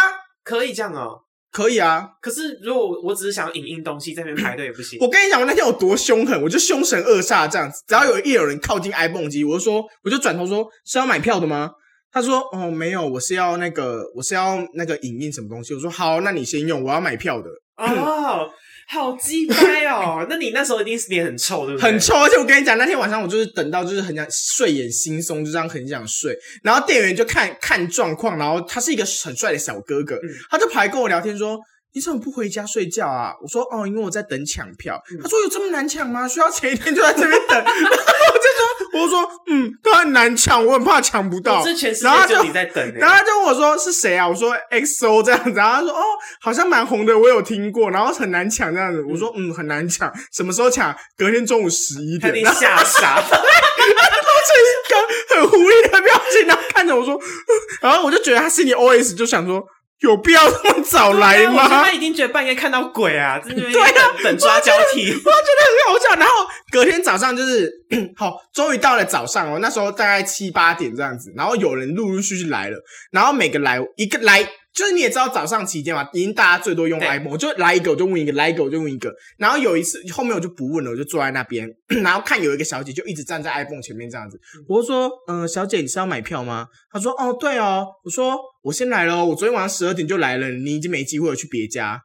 Speaker 1: 可以这样哦。
Speaker 2: 可以啊。
Speaker 1: 可是如果我只是想要影印东西，在那边排队也不行。
Speaker 2: 我跟你讲，我那天有多凶狠，我就凶神恶煞这样子。只要有一有人靠近 iPhone 机，我就说，我就转头说是要买票的吗？他说哦没有，我是要那个我是要那个影印什么东西。我说好，那你先用，我要买票的。
Speaker 1: 哦，好鸡掰哦！那你那时候一定是脸很臭，对不对？
Speaker 2: 很。臭，而且我跟你讲，那天晚上我就是等到就是很想睡眼惺忪，就这样很想睡。然后店员就看看状况，然后他是一个很帅的小哥哥，
Speaker 1: 嗯
Speaker 2: 他就跑来跟我聊天说：“你怎么不回家睡觉啊？”我说：“哦，因为我在等抢票。
Speaker 1: 嗯
Speaker 2: 他说：“有这么难抢吗？需要前一天就在这边等？” 然后我就说：“我说，嗯，它很难抢，我很怕抢不到。
Speaker 1: 这”全世
Speaker 2: 然后
Speaker 1: 界
Speaker 2: 他
Speaker 1: 就
Speaker 2: 就
Speaker 1: 你在等、欸，
Speaker 2: 然后他就问我说是谁啊？我说 XO 这样子，然后他说哦，好像蛮红的，我有听过，然后很难抢这样子。我说嗯，很难抢，什么时候抢？隔天中午十一
Speaker 1: 他
Speaker 2: 点。
Speaker 1: 被
Speaker 2: 然后
Speaker 1: 吓傻。
Speaker 2: 他一个很狐狸的表情，然后看着我说， 然后我就觉得他心里 OS 就想说，有必要这么早来
Speaker 1: 对啊我觉得
Speaker 2: 吗？
Speaker 1: 他一定觉得半夜看到鬼啊，真的
Speaker 2: 对啊
Speaker 1: 等等抓交替。
Speaker 2: 我觉 得很好笑。然后隔天早上就是嗯好，终于到了早上哦，那时候大概七八点这样子，然后有人陆陆续续来了，然后每个来一个来，就是你也知道早上期间嘛，因为大家最多用
Speaker 1: 对
Speaker 2: iPhone，我就来一个我就问一个，来一个我就问一个。然后有一次后面我就不问了，我就坐在那边，然后看有一个小姐就一直站在 iPhone 前面这样子，我就说，嗯、小姐你是要买票吗？她说，哦，对哦。我说我先来了哦，我昨天晚上十二点就来了，你已经没机会了，去别家。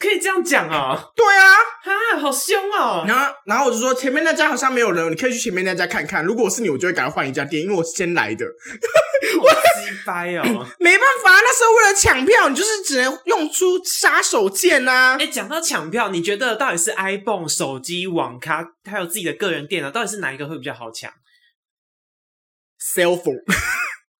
Speaker 1: 可以这样讲哦，
Speaker 2: 对啊，
Speaker 1: 啊，好凶哦！
Speaker 2: 然后，然后我就说前面那家好像没有人，你可以去前面那家看看。如果我是你，我就会赶快换一家店，因为我是先来的。
Speaker 1: 我鸡掰哦！
Speaker 2: 没办法，那时候为了抢票，你就是只能用出杀手锏呐、啊。
Speaker 1: 哎，讲到抢票，你觉得到底是 iPhone 手机网咖，还有自己的个人电脑，到底是哪一个会比较好抢？
Speaker 2: Cell phone，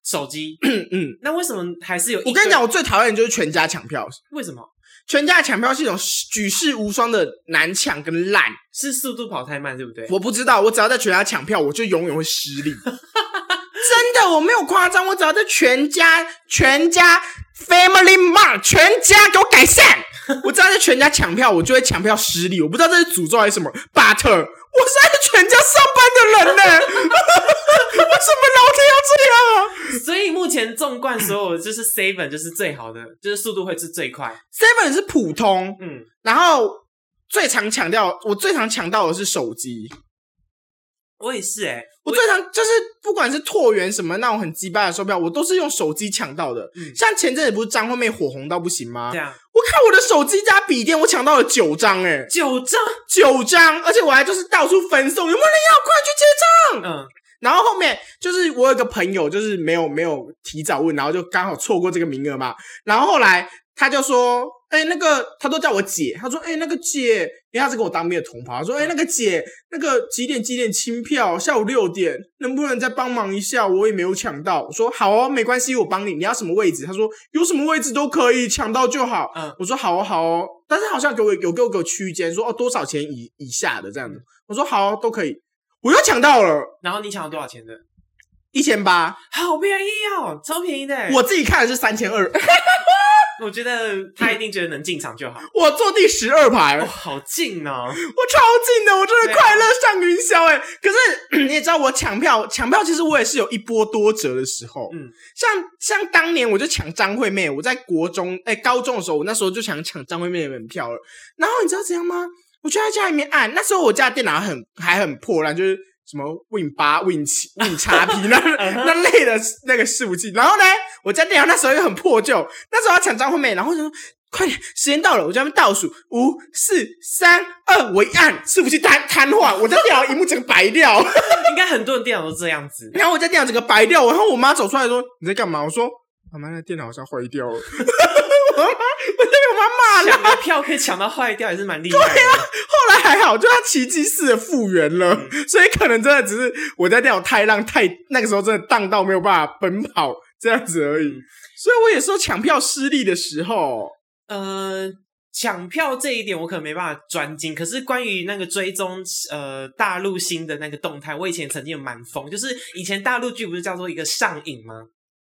Speaker 1: 手机？
Speaker 2: 嗯嗯，
Speaker 1: 那为什么还是有？
Speaker 2: 我跟你讲，，我最讨厌的就是全家抢票，
Speaker 1: 为什么
Speaker 2: 全家抢票系统举世无双的难抢跟烂。
Speaker 1: 是速度跑太慢，对不对？
Speaker 2: 我不知道，我只要在全家抢票，我就永远会失利。 真的，我没有夸张，我只要在全家、全家 Family Mart 全家给我改善，我只要在全家抢票，我就会抢票失利。我不知道这是诅咒还是什么，But 我是在全家上班的人呢、 为什么老天要这样啊
Speaker 1: 所以目前纵观所有，就是 Seven 就是最好的，就是速度会是最快。
Speaker 2: ？Seven 是普通，
Speaker 1: 嗯，
Speaker 2: 然后最常抢掉，我最常抢到的是手机。
Speaker 1: 我也是哎、
Speaker 2: 我最常就是不管是拓元什么那种很鸡巴的售票，我都是用手机抢到的。
Speaker 1: 嗯啊
Speaker 2: 像前阵子不是张惠妹火红到不行吗？
Speaker 1: 这样
Speaker 2: 我看我的手机加笔电，我抢到了九张、欸，哎，
Speaker 1: 九张，
Speaker 2: 九张，而且我还就是到处分送，有没有人要？快去结
Speaker 1: 嗯，
Speaker 2: 账！然后后面就是我有个朋友，就是没有没有提早问，然后就刚好错过这个名额嘛。然后后来他就说。哎、那个他都叫我姐，他说：“哎、那个姐，因为他是跟我当兵的同袍，他说：哎、那个姐，那个几点几点清票，下午六点，能不能再帮忙一下？我也没有抢到。我说好哦，没关系，我帮你。你要什么位置？他说有什么位置都可以，抢到就好。
Speaker 1: 嗯
Speaker 2: 我说好哦，好哦。但是好像给我有给我个区间，说哦多少钱以以下的这样子。我说好、哦、都可以，我又抢到了
Speaker 1: 然后你抢了多少钱的？
Speaker 2: 一千八，
Speaker 1: 好便宜哦，超便宜的欸、
Speaker 2: 我自己看的是三千二，
Speaker 1: 我觉得他一定觉得能进场就好。
Speaker 2: 我坐第十二排，
Speaker 1: 哦，好近哦！
Speaker 2: 我超近的，我真的快乐上云霄哎、可是 你也知道，我抢票抢票，其实我也是有一波多折的时候。
Speaker 1: 嗯
Speaker 2: 嗯，像像当年我就抢张惠妹，我在国中哎、高中的时候，我那时候就想抢张惠妹的门票了。然后你知道怎样吗？我就在家里面按，那时候我家的电脑很还很破烂，就是什么 Win 八、Win 七、Win 叉 P 那那类的那个伺服器。然后呢，我家电脑那时候又很破旧，那时候要抢张惠妹，然后我就说快点，时间到了，我就在那边倒数五、四、三、二，我一按，伺服器瘫瘫痪，我的电脑荧幕整个白 掉，
Speaker 1: 应该很多人电脑都这样子。
Speaker 2: 然后我家电脑整个白掉，然后我妈走出来说你在干嘛？我说妈妈，那电脑好像坏掉 了。我妈，我就被我妈骂了。
Speaker 1: 抢个票可以抢到坏掉也是蛮厉害的。
Speaker 2: 后来还好，就它奇迹式的复原了，所以可能真的只是我在电脑太浪太那个时候真的荡到没有办法奔跑这样子而已。所以我也是有抢票失利的时候，
Speaker 1: 呃，抢票这一点我可能没办法专精，可是关于那个追踪呃大陆新的那个动态，我以前曾经有蛮疯，就是以前大陆剧不是叫做一个上瘾吗？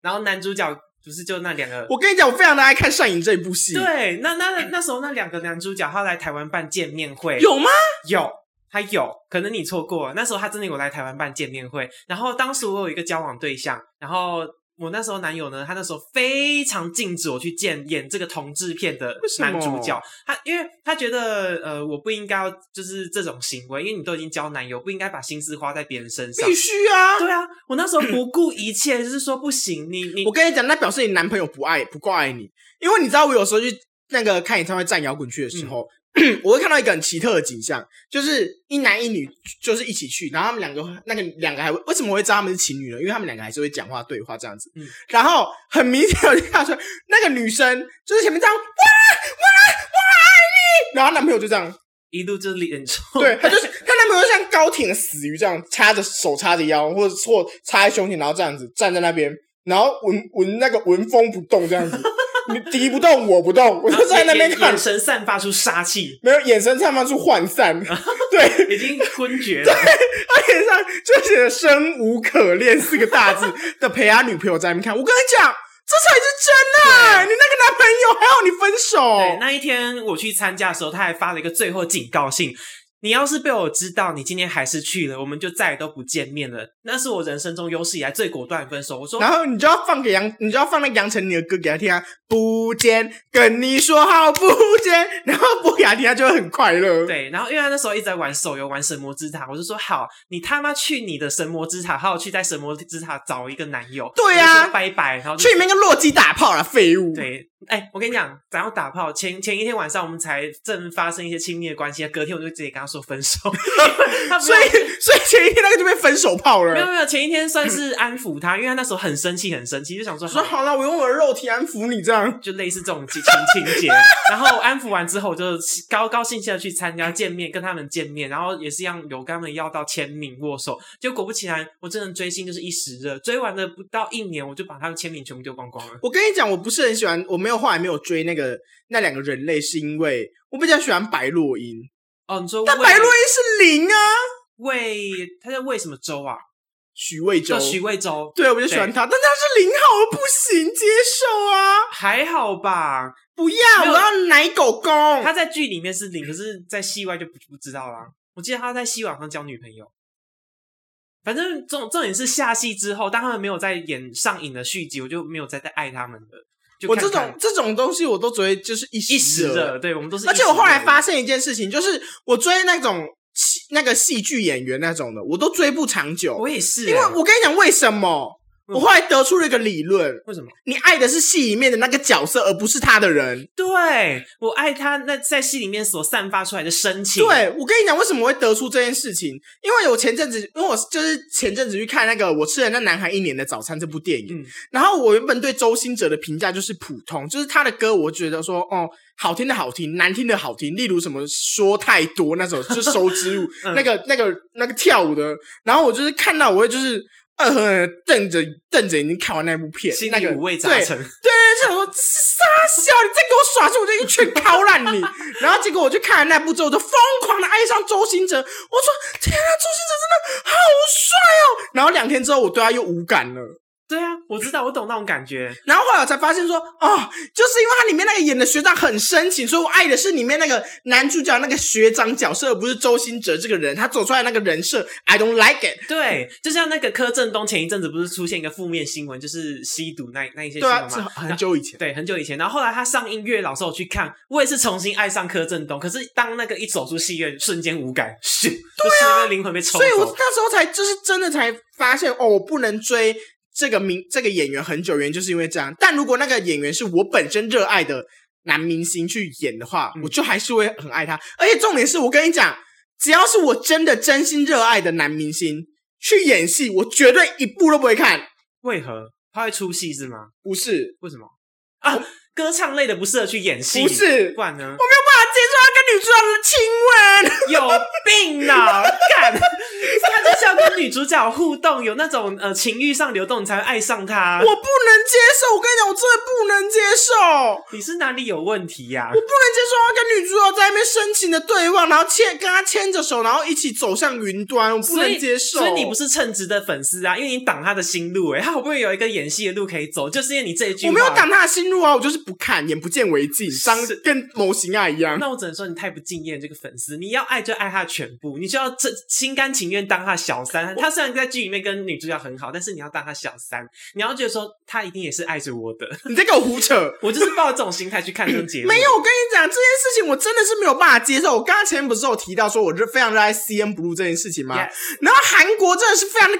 Speaker 1: 然后男主角不是就那两个。
Speaker 2: 我跟你讲，我非常的爱看《上瘾》这一部戏。，
Speaker 1: 对，那那那时候那两个男主角他来台湾办见面会，
Speaker 2: 有吗？
Speaker 1: 有，他有，可能你错过了。那时候他真的有来台湾办见面会，然后当时我有一个交往对象，然后我那时候男友呢，他那时候非常禁止我去见演这个同志片的
Speaker 2: 为什么
Speaker 1: 男主角，他因为他觉得呃我不应该要就是这种行为，因为你都已经交男友，不应该把心思花在别人身上
Speaker 2: 必。须啊！
Speaker 1: 对啊，我那时候不顾一切，就是说不行，你你
Speaker 2: 我跟你讲，那表示你男朋友不爱不够爱你，因为你知道我有时候去那个看演唱会站摇滚区的时候。我会看到一个很奇特的景象，就是一男一女就是一起去，然后他们两个那个两个还会为什么我会知道他们是情侣呢？因为他们两个还是会讲话对话这样子。
Speaker 1: 嗯
Speaker 2: 然后很明显我就看到说，那个女生就是前面这样哇哇然后她男朋友就这样，
Speaker 1: 一路就脸臭，
Speaker 2: 对， 她就是她男朋友就像高挺的死鱼这样，插着手插着腰，或者或插在胸前，然后这样子站在那边，然后纹纹那个纹风不动这 样子，你敌不动我不动，我
Speaker 1: 然后
Speaker 2: 就在那边
Speaker 1: 眼
Speaker 2: 看
Speaker 1: 眼，神散发出杀气，
Speaker 2: 没有眼神散发出 涣散，对，
Speaker 1: 已经昏 厥了。
Speaker 2: 他脸上就写着“生无可恋”四个大字的陪他女朋友在那边看。我跟你讲，这才是真的、啊你那个男朋友还要你分
Speaker 1: 对，
Speaker 2: 手，
Speaker 1: 那一天我去参加的时候，他还发了一个最后警告信：你要是被我知道你今天还是去了，我们就再也都不见面了。那是我人生中有史以来最果断的分手。我说
Speaker 2: 然后你就要放给杨，你就要放那杨丞琳的歌给他听啊，不见，跟你说好不见，然后播给他听，他就会很快乐。
Speaker 1: 对，然后因为他那时候一直在玩手游，玩神魔之塔，我就说好，你他妈去你的神魔之塔，还有去在神魔之塔找一个男友。
Speaker 2: 对啊
Speaker 1: 我就说拜拜，然后就
Speaker 2: 去里面跟洛基打炮了，废物。，
Speaker 1: 对，哎、我跟你讲，咱要打炮前前一天晚上，我们才正发生一些亲密的关系，隔天我就直接跟他说分 手。他不
Speaker 2: 所
Speaker 1: 要
Speaker 2: 以所以前一天那个就被分手炮
Speaker 1: 没有
Speaker 2: 了。
Speaker 1: 没有，前一天算是安抚他，因为他那时候很生气，很生气，就想说
Speaker 2: 说
Speaker 1: 好，
Speaker 2: 好了，我用我的肉体安抚你，这样。
Speaker 1: 就类似这种 情情节。然后安抚完之后，我就高高兴兴的去参加见面，跟他们见面，然后也是一样有跟他们要到签名握手。就果不其然，我真的追星就是一时热，追完了不到一年，我就把他们签名全部丢光光了。
Speaker 2: 我跟你讲，我不是很喜欢，我没有后来没有追那个那两个人类，是因为我比较喜欢白洛因，
Speaker 1: 哦，你说
Speaker 2: 但
Speaker 1: 魏
Speaker 2: 白洛因是零啊，
Speaker 1: 魏他在魏什么州啊？
Speaker 2: 许魏洲
Speaker 1: 叫，徐魏州，
Speaker 2: 对，我就喜欢他，但他是零号，我不行接受啊，
Speaker 1: 还好吧？
Speaker 2: 不要，
Speaker 1: 没有
Speaker 2: 我要奶狗狗，
Speaker 1: 他在剧里面是零，可是在戏外就不不知道啦。我记得他在戏网上交女朋友。反正重重点是下戏之后，当他们没有再演上瘾的续集，我就没有再再爱他们了。就
Speaker 2: 我
Speaker 1: 看
Speaker 2: 这
Speaker 1: 看
Speaker 2: 种这种东西我都只会就是一
Speaker 1: 一时
Speaker 2: 热
Speaker 1: 的，对我们都是一时
Speaker 2: 而
Speaker 1: 的。
Speaker 2: 且我后来发现一件事情，就是我追那种戏那个戏剧演员那种的，我都追不长久
Speaker 1: 我，也是、
Speaker 2: 因为我跟你讲为什么，
Speaker 1: 嗯
Speaker 2: 我后来得出了一个理论。
Speaker 1: 为什么？
Speaker 2: 你爱的是戏里面的那个角色，而不是他的人。
Speaker 1: 嗯对我爱他那在戏里面所散发出来的深情，，
Speaker 2: 对我跟你讲，为什么我会得出这件事情？因为我前阵子，因为我就是前阵子去看那个《我吃了那男孩一年的早餐》这部电影，
Speaker 1: 嗯
Speaker 2: 然后我原本对周兴哲的评价就是普通，就是他的歌，我觉得说哦，好听的好听，难听的好听，例如什么说太多那种，就是手指舞、
Speaker 1: 嗯
Speaker 2: 那个那个那个跳舞的，然后我就是看到我会就是。恶狠狠地瞪着瞪着眼睛看完那部片，
Speaker 1: 心
Speaker 2: 那
Speaker 1: 里
Speaker 2: 个
Speaker 1: 五味
Speaker 2: 对
Speaker 1: 杂陈。
Speaker 2: 对对，对，我这是傻笑，你再给我耍出，我就一拳敲烂你。然后结果我就看了那部之后，我就疯狂的爱上周星哲。我说天啊，周星哲真的好帅哦！然后两天之后，我对他又无感了。
Speaker 1: 对啊，我知道，我懂那种感觉。
Speaker 2: 然后后来我才发现说，哦，就是因为他里面那个演的学长很深情，所以我爱的是里面那个男主角那个学长角色，而不是周星哲这个人。他走出来那个人设，I don't like it。
Speaker 1: 对， 就像那个柯震东前一阵子不是出现一个负面新闻，就是吸毒那那一些新
Speaker 2: 对啊，
Speaker 1: 闻
Speaker 2: 是
Speaker 1: 嘛。
Speaker 2: 很久以前。
Speaker 1: 对，很久以前，然后后来他上音乐老师我去看，我也是重新爱上柯震东。可是当那个一走出戏院，瞬间无感，咻，就是那个灵魂被抽走。
Speaker 2: 啊所以我那时候才就是真的才发现哦，我不能追这个名这个演员很久，原因就是因为这样。但如果那个演员是我本身热爱的男明星去演的话，
Speaker 1: 嗯
Speaker 2: 我就还是会很爱他。而且重点是我跟你讲，只要是我真的真心热爱的男明星去演戏，我绝对一部都不会看。
Speaker 1: 为何他会出戏是吗？
Speaker 2: 不是，
Speaker 1: 为什么啊？歌唱类的不适合去演戏，
Speaker 2: 不是，
Speaker 1: 不然呢？
Speaker 2: 我没有办法接受他跟女主角的
Speaker 1: 有
Speaker 2: 亲吻。
Speaker 1: 病啊！ 干，他就是要跟女主角互动，有那种呃情欲上流动，你才会爱上他。
Speaker 2: 我不能接受，我跟你讲，我真的不能接受。
Speaker 1: 你是哪里有问题呀、
Speaker 2: 我不能接受他跟女主角在那边深情的对望，然后牵跟他牵着手，然后一起走向云端，我不
Speaker 1: 所以
Speaker 2: 能接受。
Speaker 1: 所以你不是称职的粉丝啊，因为你挡他的心路、欸，他好不容易有一个演戏的路可以走，就是因为你这一句话
Speaker 2: 我没有挡。他的心路啊，我就是不看，眼不见为净，当
Speaker 1: 是
Speaker 2: 跟某型啊爱一样。
Speaker 1: 那我只能说你太不敬业，这个粉丝，你要爱就爱他全部，你就要这心甘情愿当他小三。他虽然在剧里面跟女主角很好，但是你要当他小三，你要觉得说他一定也是爱着我的。
Speaker 2: 你在给我胡扯。
Speaker 1: 我就是抱着这种心态去看这种节目，
Speaker 2: 没有，我跟你讲这件事情，我真的是没有办法接受。我刚刚前面不是有提到说，我是非常热爱 CN Blue 这件事情吗
Speaker 1: Yes
Speaker 2: 然后韩国真的是非常的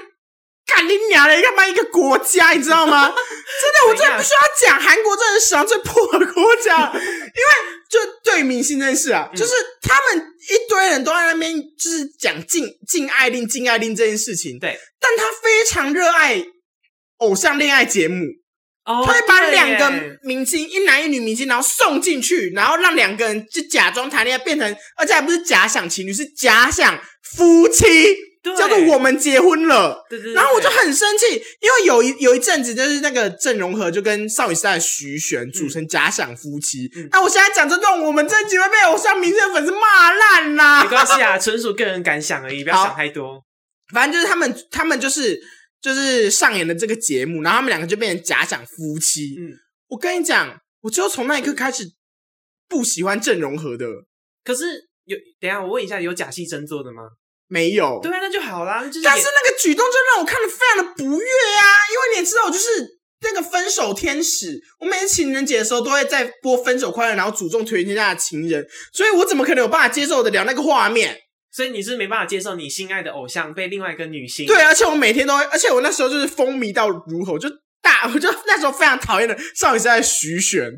Speaker 2: 干你娘的，干嘛一个国家，你知道吗？真的，我真的必须要讲，韩国真的是史上最破的国家，因为就对于明星这件事啊，就是他们一堆人都在那边就是讲禁禁爱令、禁爱令这件事情，
Speaker 1: 对
Speaker 2: 但他非常热爱偶像恋爱节目。
Speaker 1: 哦，
Speaker 2: 他会把
Speaker 1: 对
Speaker 2: 两
Speaker 1: 耶
Speaker 2: 个明星，一男一女明星，然后送进去，然后让两个人就假装谈恋爱，变成，而且还不是假想情侣，是假想夫妻，
Speaker 1: 对
Speaker 2: 叫做我们结婚了。
Speaker 1: 对对对，
Speaker 2: 然后我就
Speaker 1: 对
Speaker 2: 很生气，因为有一有一阵子就是那个郑容和就跟少女时代的徐玄组成假想夫妻。那、
Speaker 1: 嗯
Speaker 2: 我现在讲这段，我们这集会被偶像明星的粉丝骂烂啦
Speaker 1: 没。关系啊，纯属个人感想而已，不要
Speaker 2: 好
Speaker 1: 想太多。
Speaker 2: 反正就是他们，他们就是就是上演了这个节目，然后他们两个就变成假想夫妻。
Speaker 1: 嗯，
Speaker 2: 我跟你讲，我就从那一刻开始不喜欢郑容和的，
Speaker 1: 可是有等一下我问一下，有假戏真做的吗？
Speaker 2: 没有。
Speaker 1: 对啊，那就好啦，那就是
Speaker 2: 但是
Speaker 1: 演
Speaker 2: 那个举动就让我看得非常的不悦啊，因为你也知道，我就是那个分手天使，我每次情人节的时候都会在播《分手快乐》，然后诅咒推荐大家的情人，所以我怎么可能有办法接受得了那个画面？
Speaker 1: 所以你是没办法接受你心爱的偶像被另外一个女星
Speaker 2: 对，而且我每天都会，而且我那时候就是风靡到如何，我就大，我就那时候非常讨厌的少女时代的 徐玄，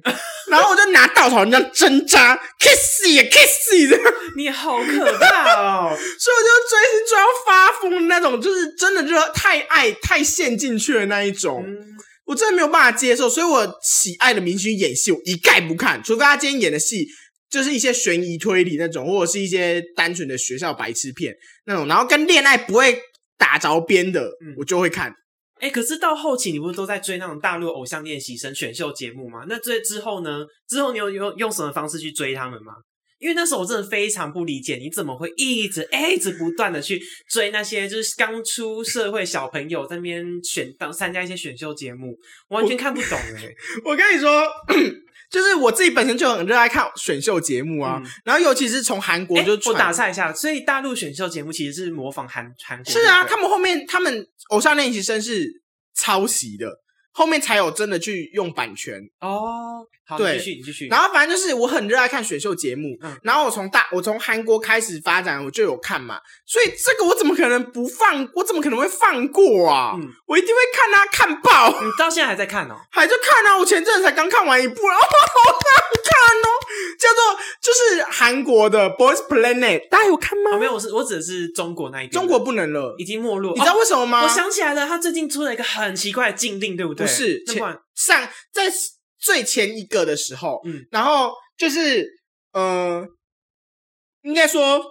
Speaker 2: 然后我就拿稻草人这样针扎，kiss 也 kiss 也这样，
Speaker 1: 你好可怕哦！
Speaker 2: 所以我就追星追到发疯的那种，就是真的就是太爱太陷进去的那一种，
Speaker 1: 嗯
Speaker 2: 我真的没有办法接受，所以我喜爱的明星演戏我一概不看，除非他今天演的戏。就是一些悬疑推理那种，或者是一些单纯的学校白痴片那种，然后跟恋爱不会打着边的，
Speaker 1: 嗯
Speaker 2: 我就会看。
Speaker 1: 哎、可是到后期你不是都在追那种大陆偶像练习生选秀节目吗？那这之后呢？之后你有有用什么方式去追他们吗？因为那时候我真的非常不理解，你怎么会一直、哎一直不断的去追那些就是刚出社会小朋友在那边选当参加一些选秀节目，完全看不懂哎、
Speaker 2: 我跟你说， 就是我自己本身就很热爱看选秀节目 啊，
Speaker 1: 嗯
Speaker 2: 然后尤其是从韩国
Speaker 1: 哎
Speaker 2: 就
Speaker 1: 我
Speaker 2: 传、
Speaker 1: 打岔一下，所以大陆选秀节目其实是模仿韩韩国
Speaker 2: 是啊，
Speaker 1: 对不对
Speaker 2: 他们后面他们偶像练习生是抄袭的，后面才有真的去用版权。
Speaker 1: 哦，好，
Speaker 2: 对
Speaker 1: 你继续你继续，
Speaker 2: 然
Speaker 1: 后
Speaker 2: 后反正就是我很热爱看选秀节目，
Speaker 1: 嗯
Speaker 2: 然后我从大我从韩国开始发展，我就有看嘛，所以这个我怎么可能不放？我怎么可能会放过啊？
Speaker 1: 嗯
Speaker 2: 我一定会看啊，看爆。
Speaker 1: 你到现在还在看哦，
Speaker 2: 还在看啊！我前阵子才刚看完一部，然后 我好想看哦，叫做就是韩国的《Boys Planet》，大家有看吗？
Speaker 1: 哦没有，我是我指的是中国那一边的，
Speaker 2: 中国不能了
Speaker 1: 已，经没落，哦
Speaker 2: 你知道为什么吗？
Speaker 1: 我想起来了，他最近出了一个很奇怪的禁令，对不对？
Speaker 2: 不是
Speaker 1: 那不然
Speaker 2: 上在最前一个的时候，
Speaker 1: 嗯
Speaker 2: 然后就是呃，应该说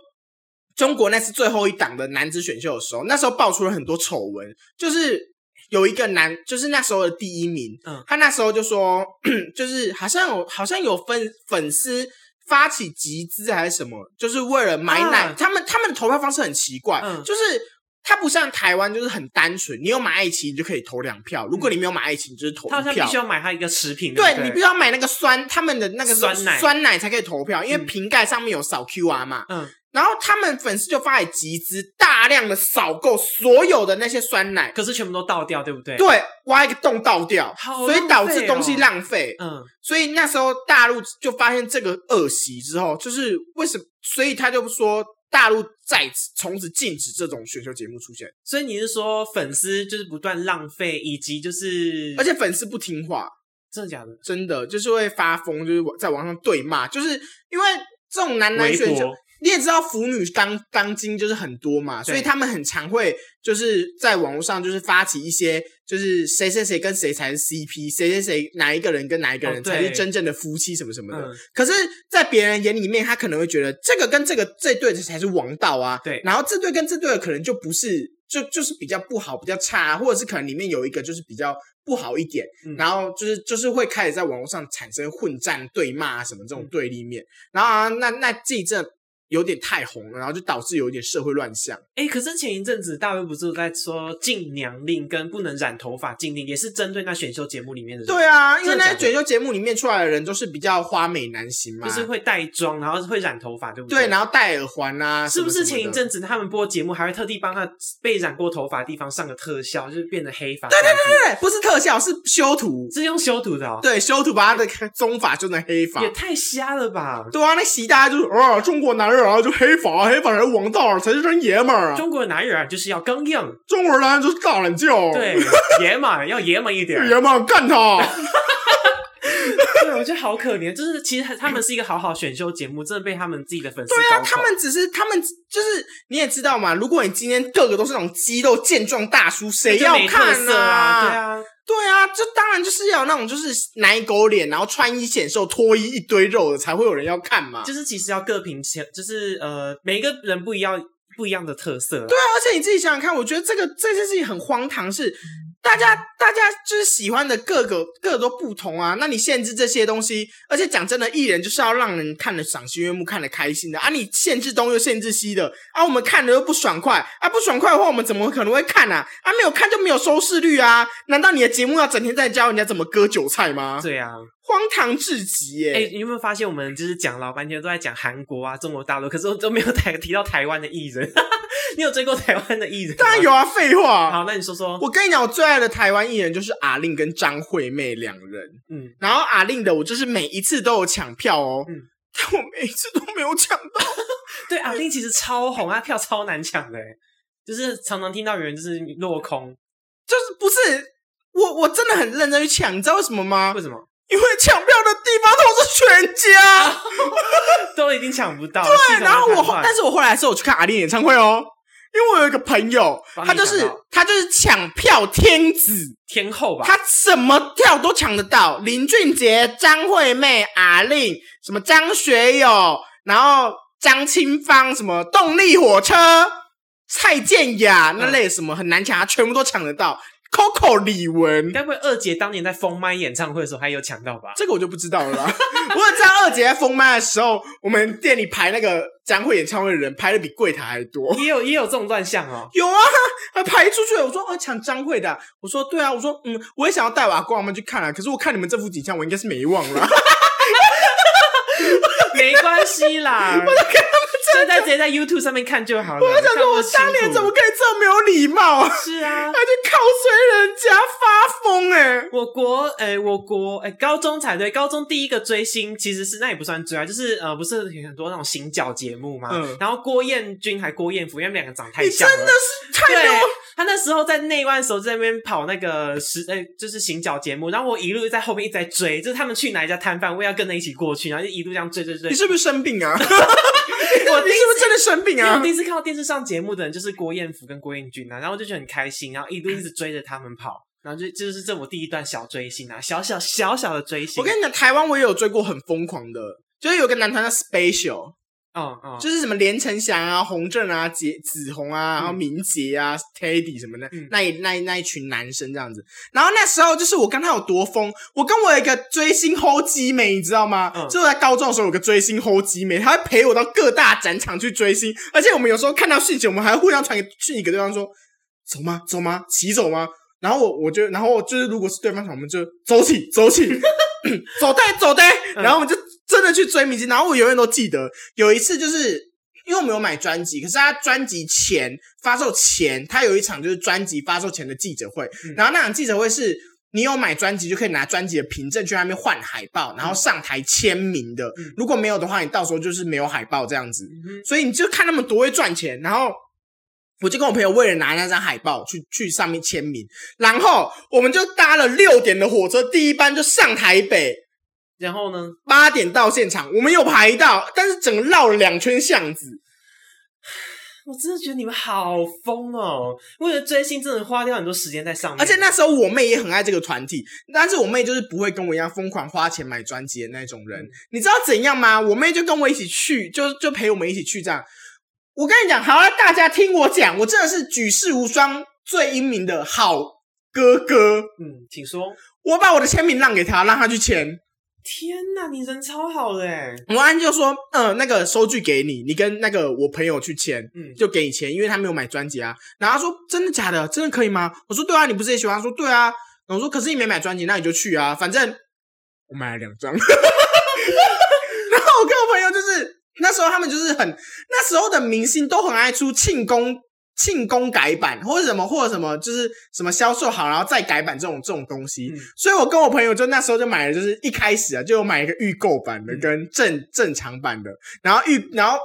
Speaker 2: 中国那次最后一档的男子选秀的时候，那时候爆出了很多丑闻，就是有一个男，就是那时候的第一名，
Speaker 1: 嗯
Speaker 2: 他那时候就说， 就是好像有好像有粉粉丝。发起集资还是什么，就是为了买奶。
Speaker 1: 啊
Speaker 2: 他们他们的投票方式很奇怪，
Speaker 1: 嗯
Speaker 2: 就是它不像台湾，就是很单纯。你有买爱奇艺，你就可以投两票；如果你没有买爱奇艺，你就是投
Speaker 1: 他好
Speaker 2: 一
Speaker 1: 像必
Speaker 2: 票
Speaker 1: 须。要买他一个食品，对
Speaker 2: 对
Speaker 1: 不对
Speaker 2: 你必须要买那个酸，他们的那个
Speaker 1: 酸奶
Speaker 2: 酸奶才可以投票，因为
Speaker 1: 嗯
Speaker 2: 瓶盖上面有扫 QR 嘛。
Speaker 1: 嗯嗯，
Speaker 2: 然后他们粉丝就发起集资，大量的扫购所有的那些酸奶，
Speaker 1: 可是全部都倒掉，对不对？，
Speaker 2: 对，挖一个洞倒掉，
Speaker 1: 好
Speaker 2: 所以导致
Speaker 1: 浪费哦
Speaker 2: 东西浪费。
Speaker 1: 嗯
Speaker 2: 所以那时候大陆就发现这个恶习之后，就是为什么？所以他就说大陆在此从此禁止这种选秀节目出现，
Speaker 1: 所以你是说粉丝就是不断浪费，以及就是
Speaker 2: 而且粉丝不听话。
Speaker 1: 真的假的？
Speaker 2: 真的就是会发疯，就是在网上对骂，就是因为这种男男
Speaker 1: 微
Speaker 2: 选秀
Speaker 1: 博，
Speaker 2: 你也知道腐女钢钢筋就是很多嘛，
Speaker 1: 对
Speaker 2: 所以他们很常会就是在网络上就是发起一些就是谁谁谁跟谁才是 CP，谁谁谁哪一个人跟哪一个
Speaker 1: 哦
Speaker 2: 人
Speaker 1: 对
Speaker 2: 才是真正的夫妻什么什么的。
Speaker 1: 嗯，
Speaker 2: 可是，在别人眼里面，他可能会觉得这个跟这个这对的才是王道啊，
Speaker 1: 对
Speaker 2: 然后这对跟这对的可能就不是，就就是比较不好，比较差、啊，或者是可能里面有一个就是比较不好一点，
Speaker 1: 嗯
Speaker 2: 然后就是就是会开始在网络上产生混战、对骂啊什么这种对立面，然后、啊、那那这一阵有点太红了，然后就导致有一点社会乱象。
Speaker 1: 哎、可是前一阵子大陆不是有在说禁娘令跟不能染头发禁令，也是针对那选秀节目里面的人，
Speaker 2: 对啊，因为
Speaker 1: 真的
Speaker 2: 那
Speaker 1: 假的
Speaker 2: 些选秀节目里面出来的人都是比较花美男型嘛，
Speaker 1: 就是会带妆，然后会染头发，对不
Speaker 2: 对，
Speaker 1: 对，
Speaker 2: 然后戴耳环啊，
Speaker 1: 是不是
Speaker 2: 什么
Speaker 1: 前
Speaker 2: 什么
Speaker 1: 一
Speaker 2: 的
Speaker 1: 阵子他们播节目还会特地帮他被染过头发的地方上个特效，就是变得黑发？对对对
Speaker 2: 对，不是特效，是修图。
Speaker 1: 是用修图的哦，
Speaker 2: 对，修图把他的棕发修成黑发
Speaker 1: 也。太瞎了吧！
Speaker 2: 对啊，那习大家就是啊，中国男人啊，就黑发，黑发才是王道啊，才是真爷们儿啊。中
Speaker 1: 中国男人啊就是要刚硬，
Speaker 2: 国男 人就是大懒觉，
Speaker 1: 对，，爷们儿要爷们一点儿。
Speaker 2: 爷们儿干他。
Speaker 1: 对，我觉得好可怜。就是其实他们是一个好好选秀节目，真的被他们自己的粉丝
Speaker 2: 对啊，
Speaker 1: 搞
Speaker 2: 他
Speaker 1: 垮
Speaker 2: 们只是他们就是你也知道嘛，如果你今天个个都是那种肌肉健壮大叔，谁
Speaker 1: 就
Speaker 2: 要
Speaker 1: 没特
Speaker 2: 看
Speaker 1: 色啊？对啊，
Speaker 2: 对啊，这当然就是要有那种就是奶狗脸，然后穿衣显瘦、脱衣一堆肉的，才会有人要看嘛。
Speaker 1: 就是其实要各凭千，就是呃，每一个人不一样，不一样的特色啊。
Speaker 2: 对啊，而且你自己想想看，我觉得这个这件事情很荒唐，是大家大家就是喜欢的各个各个都不同啊。那你限制这些东西，而且讲真的，艺人就是要让人看得赏心悦目、看得开心的啊。你限制东又限制西的啊，我们看了又不爽快啊，不爽快的话，我们怎么可能会看啊？啊，没有看就没有收视率啊？难道你的节目要整天在教人家怎么割韭菜吗？
Speaker 1: 对啊，
Speaker 2: 荒唐至极耶、
Speaker 1: 哎、你有没有发现我们就是讲老半天都在讲韩国啊、中国大陆，可是我都没有台提到台湾的艺人。 你有追过台湾的艺人？
Speaker 2: 当然。有啊，废话。
Speaker 1: 好，那你说说，
Speaker 2: 我跟你讲，我最爱的台湾艺人就是阿令跟张惠妹两人。
Speaker 1: 嗯，
Speaker 2: 然后阿令的我就是每一次都有抢票哦，
Speaker 1: 嗯
Speaker 2: 但我每一次都没有抢到。
Speaker 1: 对阿令其实超红，他票超难抢的欸，就是常常听到有人就是落空，
Speaker 2: 就是不是我我真的很认真去抢，你知道为什么吗
Speaker 1: 为？什么？
Speaker 2: 因为抢票的地方都是全家。
Speaker 1: 啊都已经抢不到。
Speaker 2: 对，
Speaker 1: 对
Speaker 2: 然后我后，但是我后来是我去看阿令演唱会哦，因为我有一个朋友，
Speaker 1: 帮你
Speaker 2: 他就是
Speaker 1: 抢到
Speaker 2: 他就是抢票天子。
Speaker 1: 天后吧，
Speaker 2: 他什么跳都抢得到，林俊杰、张惠妹、阿令，什么张学友，然后张清芳，什么动力火车、蔡健雅那类什么很难抢，他全部都抢得到。Coco 李玟，
Speaker 1: 该不会二姐当年在封麦演唱会的时候还有抢到吧？
Speaker 2: 这个我就不知道了啦。 我只知道二姐在封麦的时候，我们店里排那个张惠演唱会的人排的比柜台还多。
Speaker 1: 也有也有这种乱象哦。
Speaker 2: 有啊，还排出去了。我说，哦，抢张惠的啊、我说，对啊，我说，嗯，我也想要带我阿公阿妈去看啊。可是我看你们这副景象，我应该是没忘了。啊
Speaker 1: 没关系啦，我都跟他们现在直接在 YouTube 上面看就好了。
Speaker 2: 我想
Speaker 1: 看
Speaker 2: 说，
Speaker 1: 不
Speaker 2: 我
Speaker 1: 清
Speaker 2: 当年
Speaker 1: 楚
Speaker 2: 怎么可以这么没有礼貌啊？
Speaker 1: 是啊
Speaker 2: 还？去靠随人家发疯哎、
Speaker 1: 我国诶、我国诶、高中才对，高中第一个追星其实是那也不算追啊，就是呃，不是有很多那种行脚节目嘛。
Speaker 2: 嗯
Speaker 1: 然后郭彦均还郭彦甫，因为他们两个长太
Speaker 2: 你
Speaker 1: 像
Speaker 2: 真
Speaker 1: 了。
Speaker 2: 的是太没
Speaker 1: 对
Speaker 2: 有，
Speaker 1: 他那时候在内湾的时候，在那边跑那个时，呃，就是行脚节目，然后我一路在后面一直在追，就是他们去哪一家摊贩，我也要跟着一起过去，然后就一路这样追追追
Speaker 2: 你。是不是生病啊？
Speaker 1: 我
Speaker 2: 你是不是真的生病
Speaker 1: 因为我
Speaker 2: 啊
Speaker 1: 第？一次看到电视上节目的人就是郭彦甫跟郭彦均啊，然后我就觉得很开心，然后一路一直追着他们跑，然后就就是这我第一段小追星啊，小小小小的追星。
Speaker 2: 我跟你讲，台湾我也有追过很疯狂的，就是有个男团叫 Special，
Speaker 1: 嗯嗯，
Speaker 2: 就是什么连城祥啊、洪正啊、杰子红啊，然后
Speaker 1: 嗯
Speaker 2: 明杰啊、Teddy 什么的，
Speaker 1: 嗯
Speaker 2: 那一那一那一群男生这样子。然后那时候就是我跟他有多疯，我跟我有一个追星齁鸡妹，你知道吗？
Speaker 1: 嗯
Speaker 2: 就我在高中的时候有个追星齁鸡妹，她会陪我到各大展场去追星，而且我们有时候看到讯息，我们还会互相传给讯息给对方说：“走吗？走吗？骑走吗？”然后我我就，然后就是，如果是对方想，我们就走起走起， 走带走带，
Speaker 1: 嗯
Speaker 2: 然后我们就真的去追明星。然后我永远都记得有一次，就是因为我们有买专辑，可是他专辑前发售前，他有一场就是专辑发售前的记者会，
Speaker 1: 嗯
Speaker 2: 然后那场记者会是。你有买专辑就可以拿专辑的凭证去那边换海报，然后上台签名的。
Speaker 1: 嗯
Speaker 2: 如果没有的话，你到时候就是没有海报这样子。
Speaker 1: 嗯哼
Speaker 2: 所以你就看他们多会赚钱。然后我就跟我朋友为了拿那张海报去去上面签名，然后我们就搭了六点的火车，第一班就上台北，
Speaker 1: 然后呢？
Speaker 2: 八点到现场，我们有排到，但是整个绕了两圈巷子。
Speaker 1: 我真的觉得你们好疯哦！为了追星，真的花掉很多时间在上面。
Speaker 2: 而且那时候我妹也很爱这个团体，但是我妹就是不会跟我一样疯狂花钱买专辑的那种人。你知道怎样吗？我妹就跟我一起去，就就陪我们一起去这样。我跟你讲，好，啊大家听我讲，我真的是举世无双、最英明的好哥哥。
Speaker 1: 嗯，请说。
Speaker 2: 我把我的签名让给他，让他去签。
Speaker 1: 天哪，你人超好的哎！
Speaker 2: 我安就说，嗯、那个收据给你，你跟那个我朋友去签。
Speaker 1: 嗯，
Speaker 2: 就给你钱，因为他没有买专辑啊。然后他说：“真的假的？真的可以吗？”我说：“对啊，你不是也喜欢？”他说：“对啊。”我说：“可是你没买专辑，那你就去啊，反正我买了两 张。”然后我跟我朋友就是那时候他们就是很那时候的明星都很爱出庆功庆功改版或者什么或者什么就是什么销售好然后再改版这种这种东西。
Speaker 1: 嗯
Speaker 2: 所以我跟我朋友就那时候就买了，就是一开始啊就有买一个预购版的
Speaker 1: 嗯
Speaker 2: 跟正正常版的，然后预然后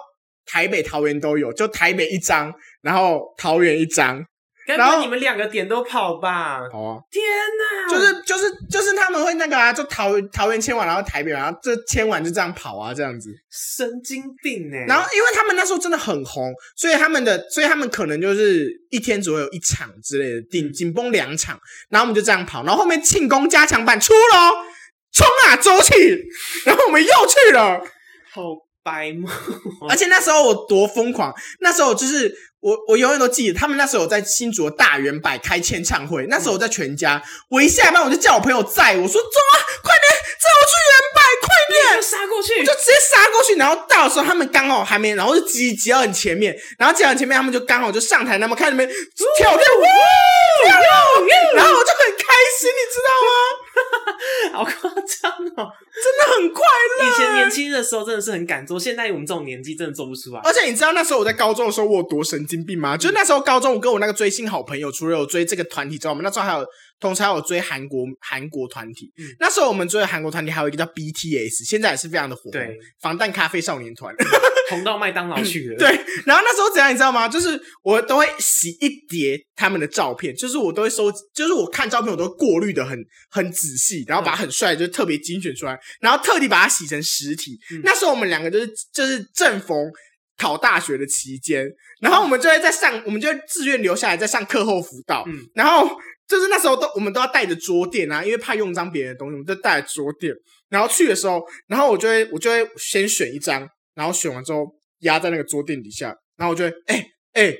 Speaker 2: 台北、桃园都有，就台北一张，然后桃园一张，
Speaker 1: 该
Speaker 2: 然
Speaker 1: 不
Speaker 2: 后
Speaker 1: 会你们两个点都跑吧？
Speaker 2: 好啊，
Speaker 1: 天哪！
Speaker 2: 就是就是就是他们会那个啊，就桃桃园签完，然后台北，然后这签完就这样跑啊，这样子。
Speaker 1: 神经病哎、
Speaker 2: 然后因为他们那时候真的很红，所以他们的所以他们可能就是一天只会有一场之类的，顶紧绷两场，然后我们就这样跑，然后后面庆功加强版出喽，冲啊走起，然后我们又去了。
Speaker 1: 好白目，
Speaker 2: 而且那时候我多疯狂，那时候就是我我永远都记得，他们那时候有在新竹的大圆柏开签唱会，那时候我在全家，我一下班我就叫我朋友载我说走啊，快点载我去圆柏，快点
Speaker 1: 就。杀过去，
Speaker 2: 就直接杀过去，然后到的时候他们刚好还没，然后就挤挤到很前面，然后挤到很前面，他们就刚好就上台，他们看你们跳跳舞，跳跳，然后我就很开心，你知道吗？
Speaker 1: 好夸张哦！
Speaker 2: 真的很快乐。
Speaker 1: 以前年轻的时候真的是很敢做，现在我们这种年纪真的做不出来。嗯
Speaker 2: 而且你知道那时候我在高中的时候我有多神经病吗？就那时候高中，我跟我那个追星好朋友，除了有追这个团体之外，我们那时候还有同时还有追韩国韩国团体。
Speaker 1: 嗯
Speaker 2: 那时候我们追的韩国团体还有一个叫 BTS，现在也是非常的火，
Speaker 1: 对，
Speaker 2: 防弹咖啡少年团。
Speaker 1: 红到麦当劳去了，
Speaker 2: 对，然后那时候怎样你知道吗？就是我都会洗一叠他们的照片，就是我都会收集，就是我看照片我都会过滤的很很仔细，然后
Speaker 1: 嗯
Speaker 2: 把很帅的就特别精选出来，然后特地把它洗成实体。
Speaker 1: 嗯
Speaker 2: 那时候我们两个就是就是正逢。考大学的期间，然后我们就会在上，我们就会自愿留下来在上课后辅导，
Speaker 1: 嗯
Speaker 2: 然后就是那时候都我们都要带着桌垫啊，因为怕用脏别人的东西，我们就带着桌垫。然后去的时候，然后我就会我就会先选一张，然后选完之后压在那个桌垫底下，然后我就会哎哎、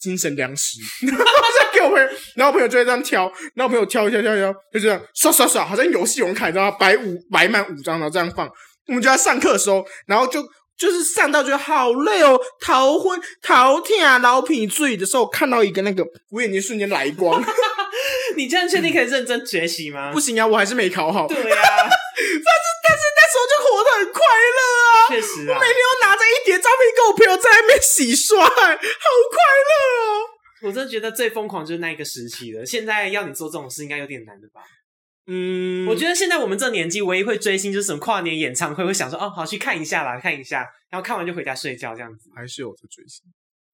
Speaker 2: 精神粮食， 然后再给我朋友，然后我朋友就会这样挑，然后我朋友挑一挑挑一挑，就这样刷刷刷，好像游戏王卡，你知道吗？摆五摆满五张，然后这样放。我们就在上课的时候，然后就就是上到觉得好累哦，头昏头痛啊，老皮醉的时候，看到一个那个，我眼睛瞬间来光，
Speaker 1: 你这样确定可以认真学习吗？
Speaker 2: 不行啊，我还是没考好。
Speaker 1: 对啊呀、
Speaker 2: 但是那时候就活得很快乐啊。
Speaker 1: 确实
Speaker 2: 我
Speaker 1: 啊
Speaker 2: 每，天都拿着一叠照片跟我朋友在那边洗刷、哎好快乐哦。
Speaker 1: 我真的觉得最疯狂就是那一个时期了。现在要你做这种事，应该有点难的吧？
Speaker 2: 嗯
Speaker 1: 我
Speaker 2: 得
Speaker 1: 觉得现在我们这年纪，唯一会追星就是什么跨年演唱会，会想说哦，好去看一下啦，看一下，然后看完就回家睡觉这样子。
Speaker 2: 还是有在追星，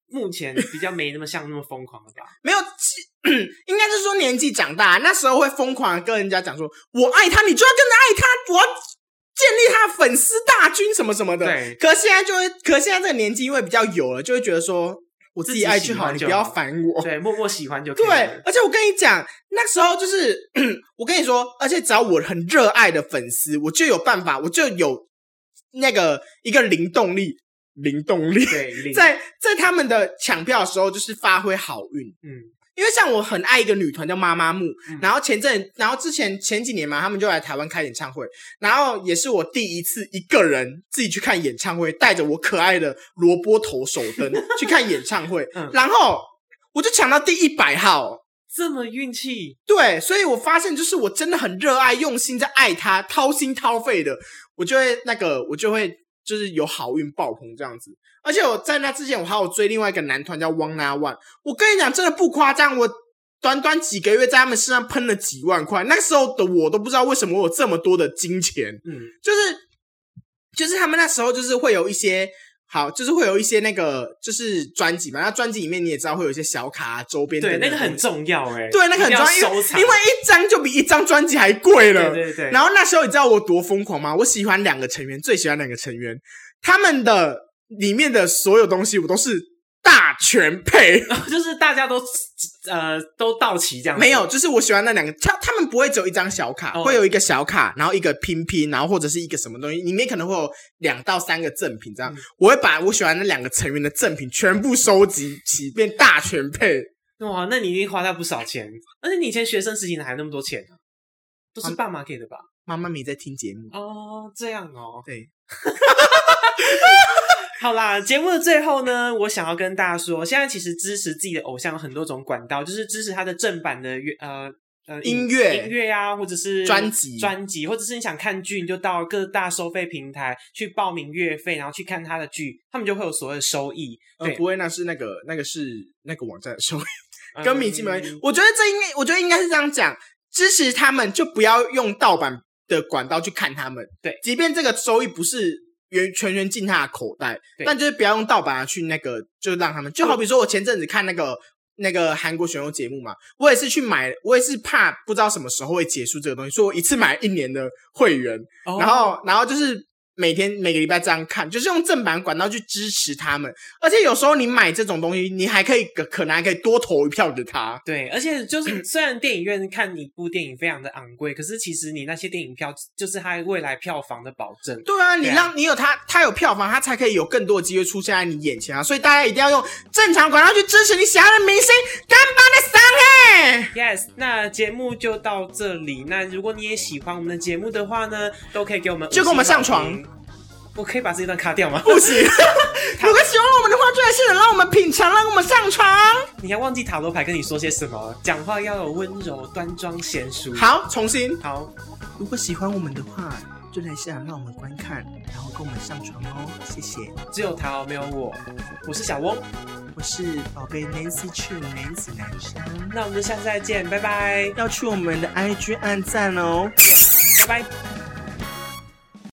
Speaker 1: 目前比较没那么像那么疯狂了 吧？
Speaker 2: 没有，其 应该是说年纪长大，那时候会疯狂的跟人家讲说，我爱他，你就要跟着爱他，我要建立他的粉丝大军什么什么的。
Speaker 1: 对
Speaker 2: 可现在就会，可现在这个年纪因为比较有了，就会觉得说我自己爱就好，
Speaker 1: 自己喜欢
Speaker 2: 你
Speaker 1: 就
Speaker 2: 不要
Speaker 1: 好
Speaker 2: 烦我。
Speaker 1: 对，默默喜欢就可以
Speaker 2: 对
Speaker 1: 了。，
Speaker 2: 而且我跟你讲，那时候就是 我跟你说，而且只要我很热爱的粉丝，我就有办法，我就有那个一个灵动力，灵动力
Speaker 1: 对，零
Speaker 2: 在在他们的抢票的时候，就是发挥好运。
Speaker 1: 嗯
Speaker 2: 因为像我很爱一个女团叫妈妈木，
Speaker 1: 嗯
Speaker 2: 然后前阵，然后之前前几年嘛，他们就来台湾开演唱会，然后也是我第一次一个人自己去看演唱会，带着我可爱的萝卜头手灯去看演唱会，
Speaker 1: 嗯
Speaker 2: 然后我就抢到第一百号，
Speaker 1: 这么运气，
Speaker 2: 对，所以我发现就是我真的很热爱、用心在爱他，掏心掏肺的，我就会那个，我就会就是有好运爆棚这样子。而且我在那之前，我还有追另外一个男团叫 One Na One，我跟你讲，真的不夸张，我短短几个月在他们身上喷了几万块。那时候的我都不知道为什么我有这么多的金钱，
Speaker 1: 嗯，
Speaker 2: 就是就是他们那时候就是会有一些好，就是会有一些那个就是专辑嘛，那专辑里面你也知道会有一些小卡、啊周边等
Speaker 1: 对，
Speaker 2: 等
Speaker 1: 那
Speaker 2: 的
Speaker 1: 个
Speaker 2: 东西，
Speaker 1: 很重要哎、
Speaker 2: 对，那个很重要，
Speaker 1: 一定
Speaker 2: 因
Speaker 1: 要
Speaker 2: 为
Speaker 1: 收藏，
Speaker 2: 因为一张就比一张专辑还贵了。
Speaker 1: 对对对，
Speaker 2: 然
Speaker 1: 后
Speaker 2: 后那时候你知道我多疯狂吗？我喜欢两个成员，最喜欢两个成员，他们的里面的所有东西我都是大 全配，
Speaker 1: 就是大家都呃都到齐这样子，
Speaker 2: 没有，就是我喜欢那两个，他他们不会只有一张小卡，
Speaker 1: 哦
Speaker 2: 会有一个小卡，然后一个拼拼，然后或者是一个什么东西，里面可能会有两到三个赠品这样。
Speaker 1: 嗯
Speaker 2: 我会把我喜欢那两个成员的赠品全部收集起，变大全配。
Speaker 1: 哇，那你一定花到不少钱，而且你以前学生时期哪还那么多钱呢、都是爸妈给的吧？
Speaker 2: 妈妈没在听节目，
Speaker 1: 哦，这样哦。
Speaker 2: 对，
Speaker 1: 好啦，节目的最后呢，我想要跟大家说，现在其实支持自己的偶像有很多种管道，就是支持他的正版的乐呃呃
Speaker 2: 音乐
Speaker 1: 音乐啊，或者是
Speaker 2: 专辑
Speaker 1: 专辑，或者是你想看剧，你就到各大收费平台去报名月费，然后去看他的剧，他们就会有所谓的收益。
Speaker 2: 呃，
Speaker 1: 对
Speaker 2: 不，会，那是那个那个是那个网站的收
Speaker 1: 嗯
Speaker 2: 跟明星没关系。我觉得这应该，我觉得应该是这样讲，支持他们就不要用盗版的管道去看他们。
Speaker 1: 对
Speaker 2: 即便这个收益不是源全源进他的口袋，
Speaker 1: 对
Speaker 2: 啊
Speaker 1: 嗯
Speaker 2: 但就是不要用盗版的去那个，就让他们。就好比说，我前阵子看那个那个韩国选秀节目嘛，我也是去买，我也是怕不知道什么时候会结束这个东西，所以我一次买一年的会员，
Speaker 1: 哦
Speaker 2: 然后然后就是每天每个礼拜这样看，就是用正版管道去支持他们，而且有时候你买这种东西，你还可以可可能还可以多投一票给他。
Speaker 1: 对，而且就是 虽然电影院看一部电影非常的昂贵，可是其实你那些电影票就是它未来票房的保证。
Speaker 2: 对啊，你
Speaker 1: 对啊
Speaker 2: 让你有他，他有票房，他才可以有更多的机会出现在你眼前啊！所以大家一定要用正常管道去支持你想要的明星，干 巴的桑哎！
Speaker 1: Yes，那节目就到这里。那如果你也喜欢我们的节目的话呢，都可以给我们
Speaker 2: 就跟我们上床
Speaker 1: 五星好评。我可以把这一段卡掉吗？
Speaker 2: 不行，如果喜欢我们的话，最好是能让我们品尝，让我们上床。
Speaker 1: 你还忘记塔罗牌跟你说些什么了？讲话要有温柔、端庄、娴熟。
Speaker 2: 好，重新。
Speaker 1: 好，
Speaker 2: 如果喜欢我们的话，就来现场让我们观看，然后跟我们上床哦，谢谢。
Speaker 1: 只有塔罗没有我，我是小翁。
Speaker 2: 我是宝贝 Nancy Chu Nancy 男生，
Speaker 1: 那我们就下次再见，拜拜，
Speaker 2: 要去我们的 IG 按赞哦。
Speaker 1: 拜拜。